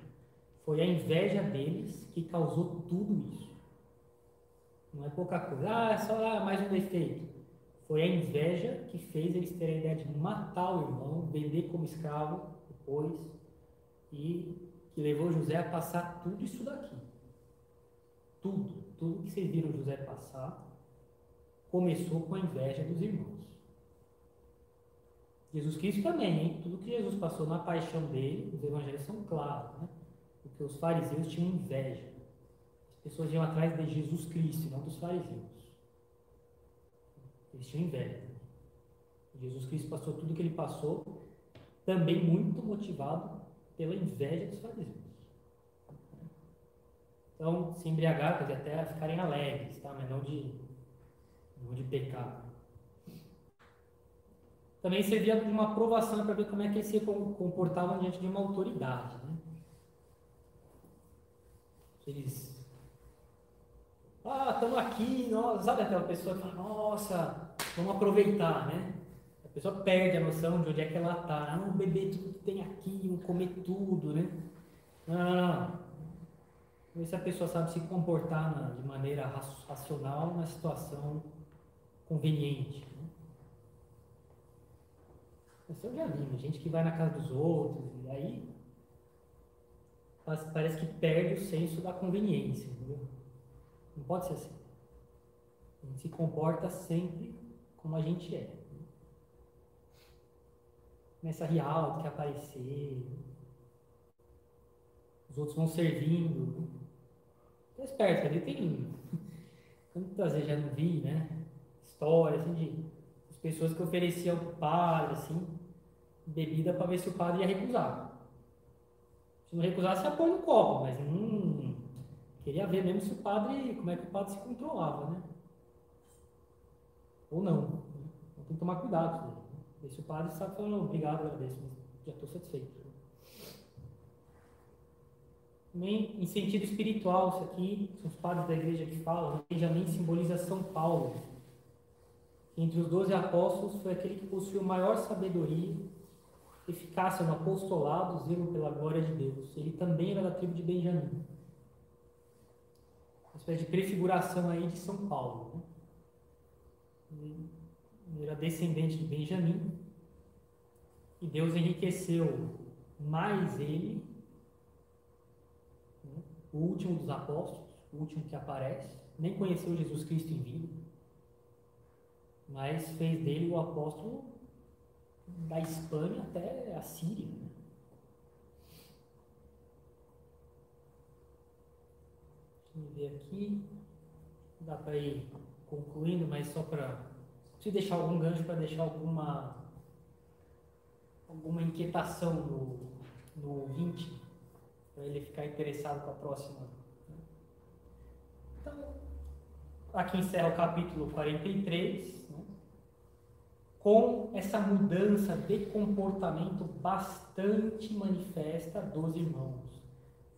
Speaker 1: Foi a inveja deles que causou tudo isso. Não é pouca coisa. Ah, é só mais um defeito. Foi a inveja que fez eles terem a ideia de matar o irmão, vender como escravo depois, e que levou José a passar tudo isso daqui. Tudo, tudo que vocês viram José passar, começou com a inveja dos irmãos. Jesus Cristo também, hein? Tudo que Jesus passou na paixão dele, os evangelhos são claros, né? Porque os fariseus tinham inveja. As pessoas iam atrás de Jesus Cristo, não dos fariseus. Eles tinham inveja. Jesus Cristo passou tudo que ele passou, também muito motivado pela inveja dos fariseus. Então, se embriagar, quer dizer, até ficarem alegres, tá? mas não de, não de pecado. Também servia de uma aprovação para ver como é que eles se comportavam diante de uma autoridade. Né? Eles. Ah, estamos aqui, nós... sabe aquela pessoa que fala, nossa, vamos aproveitar, né? A pessoa perde a noção de onde é que ela está. Não, beber tudo que tem aqui, não comer tudo, né? Não, não, não. Ver se a pessoa sabe se comportar na, de maneira racional na situação conveniente. Né? Isso eu já vi, gente que vai na casa dos outros, e aí parece que perde o senso da conveniência, entendeu? Não pode ser assim. A gente se comporta sempre como a gente é começa a rir alto, quer aparecer. Os outros vão servindo. Tá esperto, ali tem. Quantas vezes já não vi, né? História, assim, de as pessoas que ofereciam pro padre, assim, bebida para ver se o padre ia recusar. Se não recusasse, apoia no copo, mas hum, queria ver mesmo se o padre, como é que o padre se controlava, né? Ou não. Então tem que tomar cuidado com isso. Ver se o padre sabe falar, não, obrigado, agradeço, já estou satisfeito. Também em sentido espiritual, isso aqui, são os padres da igreja que falam, Benjamin simboliza São Paulo. Entre os doze apóstolos, foi aquele que possuiu maior sabedoria, eficácia no apostolado, zelo pela glória de Deus. Ele também era da tribo de Benjamim. Uma espécie de prefiguração aí de São Paulo. Né? era descendente de Benjamim, e Deus enriqueceu mais ele, né? o último dos apóstolos, o último que aparece, nem conheceu Jesus Cristo em vida, mas fez dele o apóstolo da Espanha até a Síria. Né? Deixa eu ver aqui, dá para ir concluindo, mas só para se deixar algum gancho para deixar alguma alguma inquietação no, no ouvinte, para ele ficar interessado para a próxima. Então, aqui encerra o capítulo 43, né? com essa mudança de comportamento bastante manifesta dos irmãos.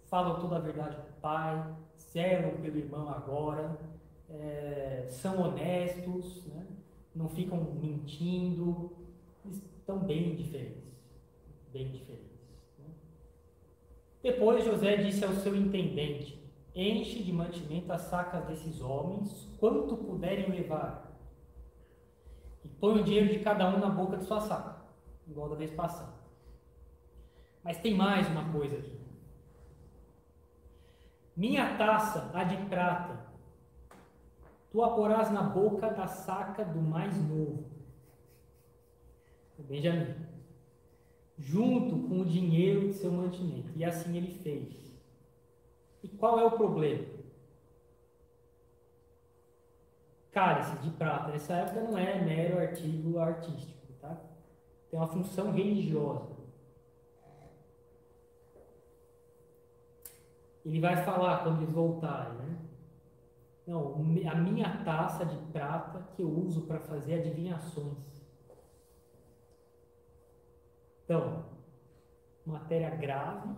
Speaker 1: Falam toda a verdade para o pai, zelam pelo irmão agora, é, são honestos, né? não ficam mentindo, eles estão bem diferentes, bem diferentes. né? Depois José disse ao seu intendente, enche de mantimento as sacas desses homens, quanto puderem levar, e põe o dinheiro de cada um na boca de sua saca, igual da vez passada. Mas tem mais uma coisa aqui. Minha taça, a de prata, tu a porás na boca da saca do mais novo, o Benjamim, junto com o dinheiro de seu mantimento. E assim ele fez. E qual é o problema? Cálice de prata, nessa época não é mero artigo artístico, tá? Tem uma função religiosa. Ele vai falar quando eles voltarem, né? Não, o me- a minha taça de prata que eu uso para fazer adivinhações. Então, matéria grave,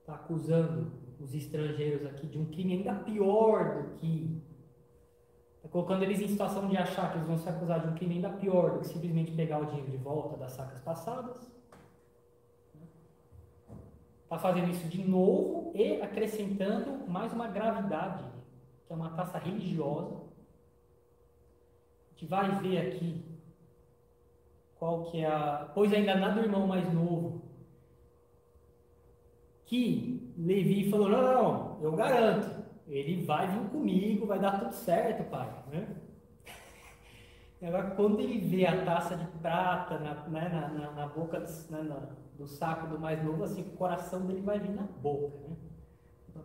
Speaker 1: está acusando os estrangeiros aqui de um crime ainda pior do que. Está colocando eles em situação de achar que eles vão ser acusados de um crime ainda pior do que simplesmente pegar o dinheiro de volta das sacas passadas. Está Tá fazendo isso de novo e acrescentando mais uma gravidade, que é uma taça religiosa. A gente vai ver aqui qual que é a. Pois ainda nada do irmão mais novo, que Levi falou: não, não, não, eu garanto, ele vai vir comigo, vai dar tudo certo, pai. Né? E Agora, quando ele vê a taça de prata na, né, na, na, na boca do, né, na- do saco do mais novo, assim, o coração dele vai vir na boca. Né?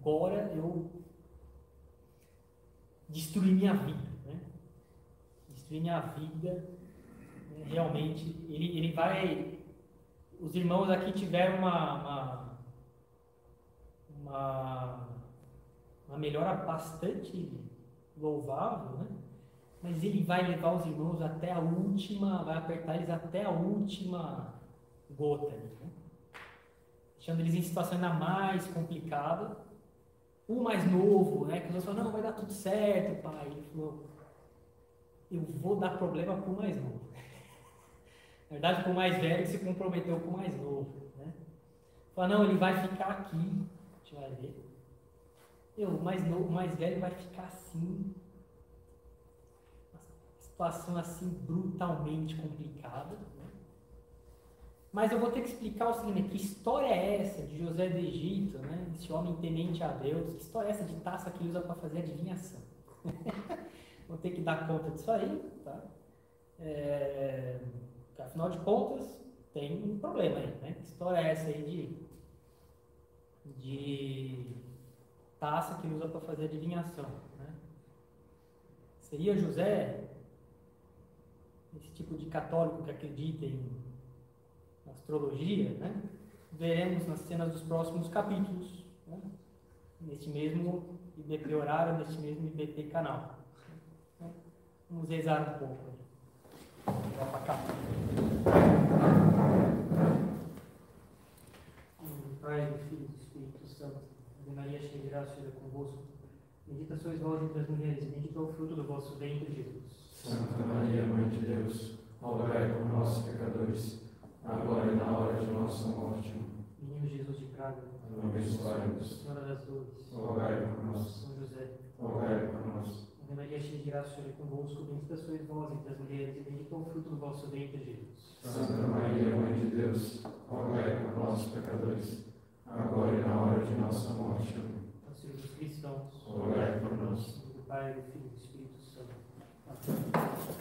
Speaker 1: Agora eu destruí minha vida. Né? Destruí minha vida. né, Realmente, ele, ele vai os irmãos aqui tiveram uma uma, uma, uma melhora bastante louvável, né? Mas ele vai levar os irmãos até a última, vai apertar eles até a última gota, ali, né? deixando eles em situação ainda mais complicada. O mais novo, né? Que os outros falam, não, vai dar tudo certo, pai. Ele falou, eu vou dar problema pro mais novo. Na verdade, com o mais velho que se comprometeu com o mais novo. Né? Fala, não, ele vai ficar aqui. A gente vai ver. Eu, o mais, novo, o mais velho vai ficar assim. Uma situação assim brutalmente complicada. né? Mas eu vou ter que explicar o seguinte: que história é essa de José do Egito, né? esse homem temente a Deus? Que história é essa de taça que ele usa para fazer adivinhação? vou ter que dar conta disso aí, tá? É, porque, afinal de contas, tem um problema aí, né? Que história é essa aí de, de taça que usa para fazer adivinhação, né? Seria José esse tipo de católico que acredita em astrologia, né? Veremos nas cenas dos próximos capítulos, né? neste mesmo IBP horário, neste mesmo IBP canal. Então, Vamos rezar um pouco. aí. Vai pra cá.
Speaker 2: Em nome do Hum, Pai, do Filho e do Espírito Santo. Ave Maria, cheia de graça, o Senhor é convosco. Bendita sois vós entre as mulheres, bendito é o fruto do vosso ventre, Jesus.
Speaker 3: Santa Maria, Mãe de Deus, rogai por nós, pecadores, agora e na hora de nossa morte.
Speaker 2: Menino Jesus de Praga,
Speaker 3: Abençoai-nos.
Speaker 2: Senhora das Dores,
Speaker 3: Rogai por nós,
Speaker 2: São José.
Speaker 3: rogai por nós.
Speaker 2: Ave Maria, cheia de graça, o Senhor é convosco. Bendita sois vós entre as mulheres, e bendito é o fruto do vosso ventre, Jesus.
Speaker 3: Santa Maria, Mãe de Deus, rogai por nós, pecadores, agora e na hora de nossa morte.
Speaker 2: Auxílio dos cristãos.
Speaker 3: Rogai por nós.
Speaker 2: Em nome do Pai, do Filho e do Espírito Santo. Amém.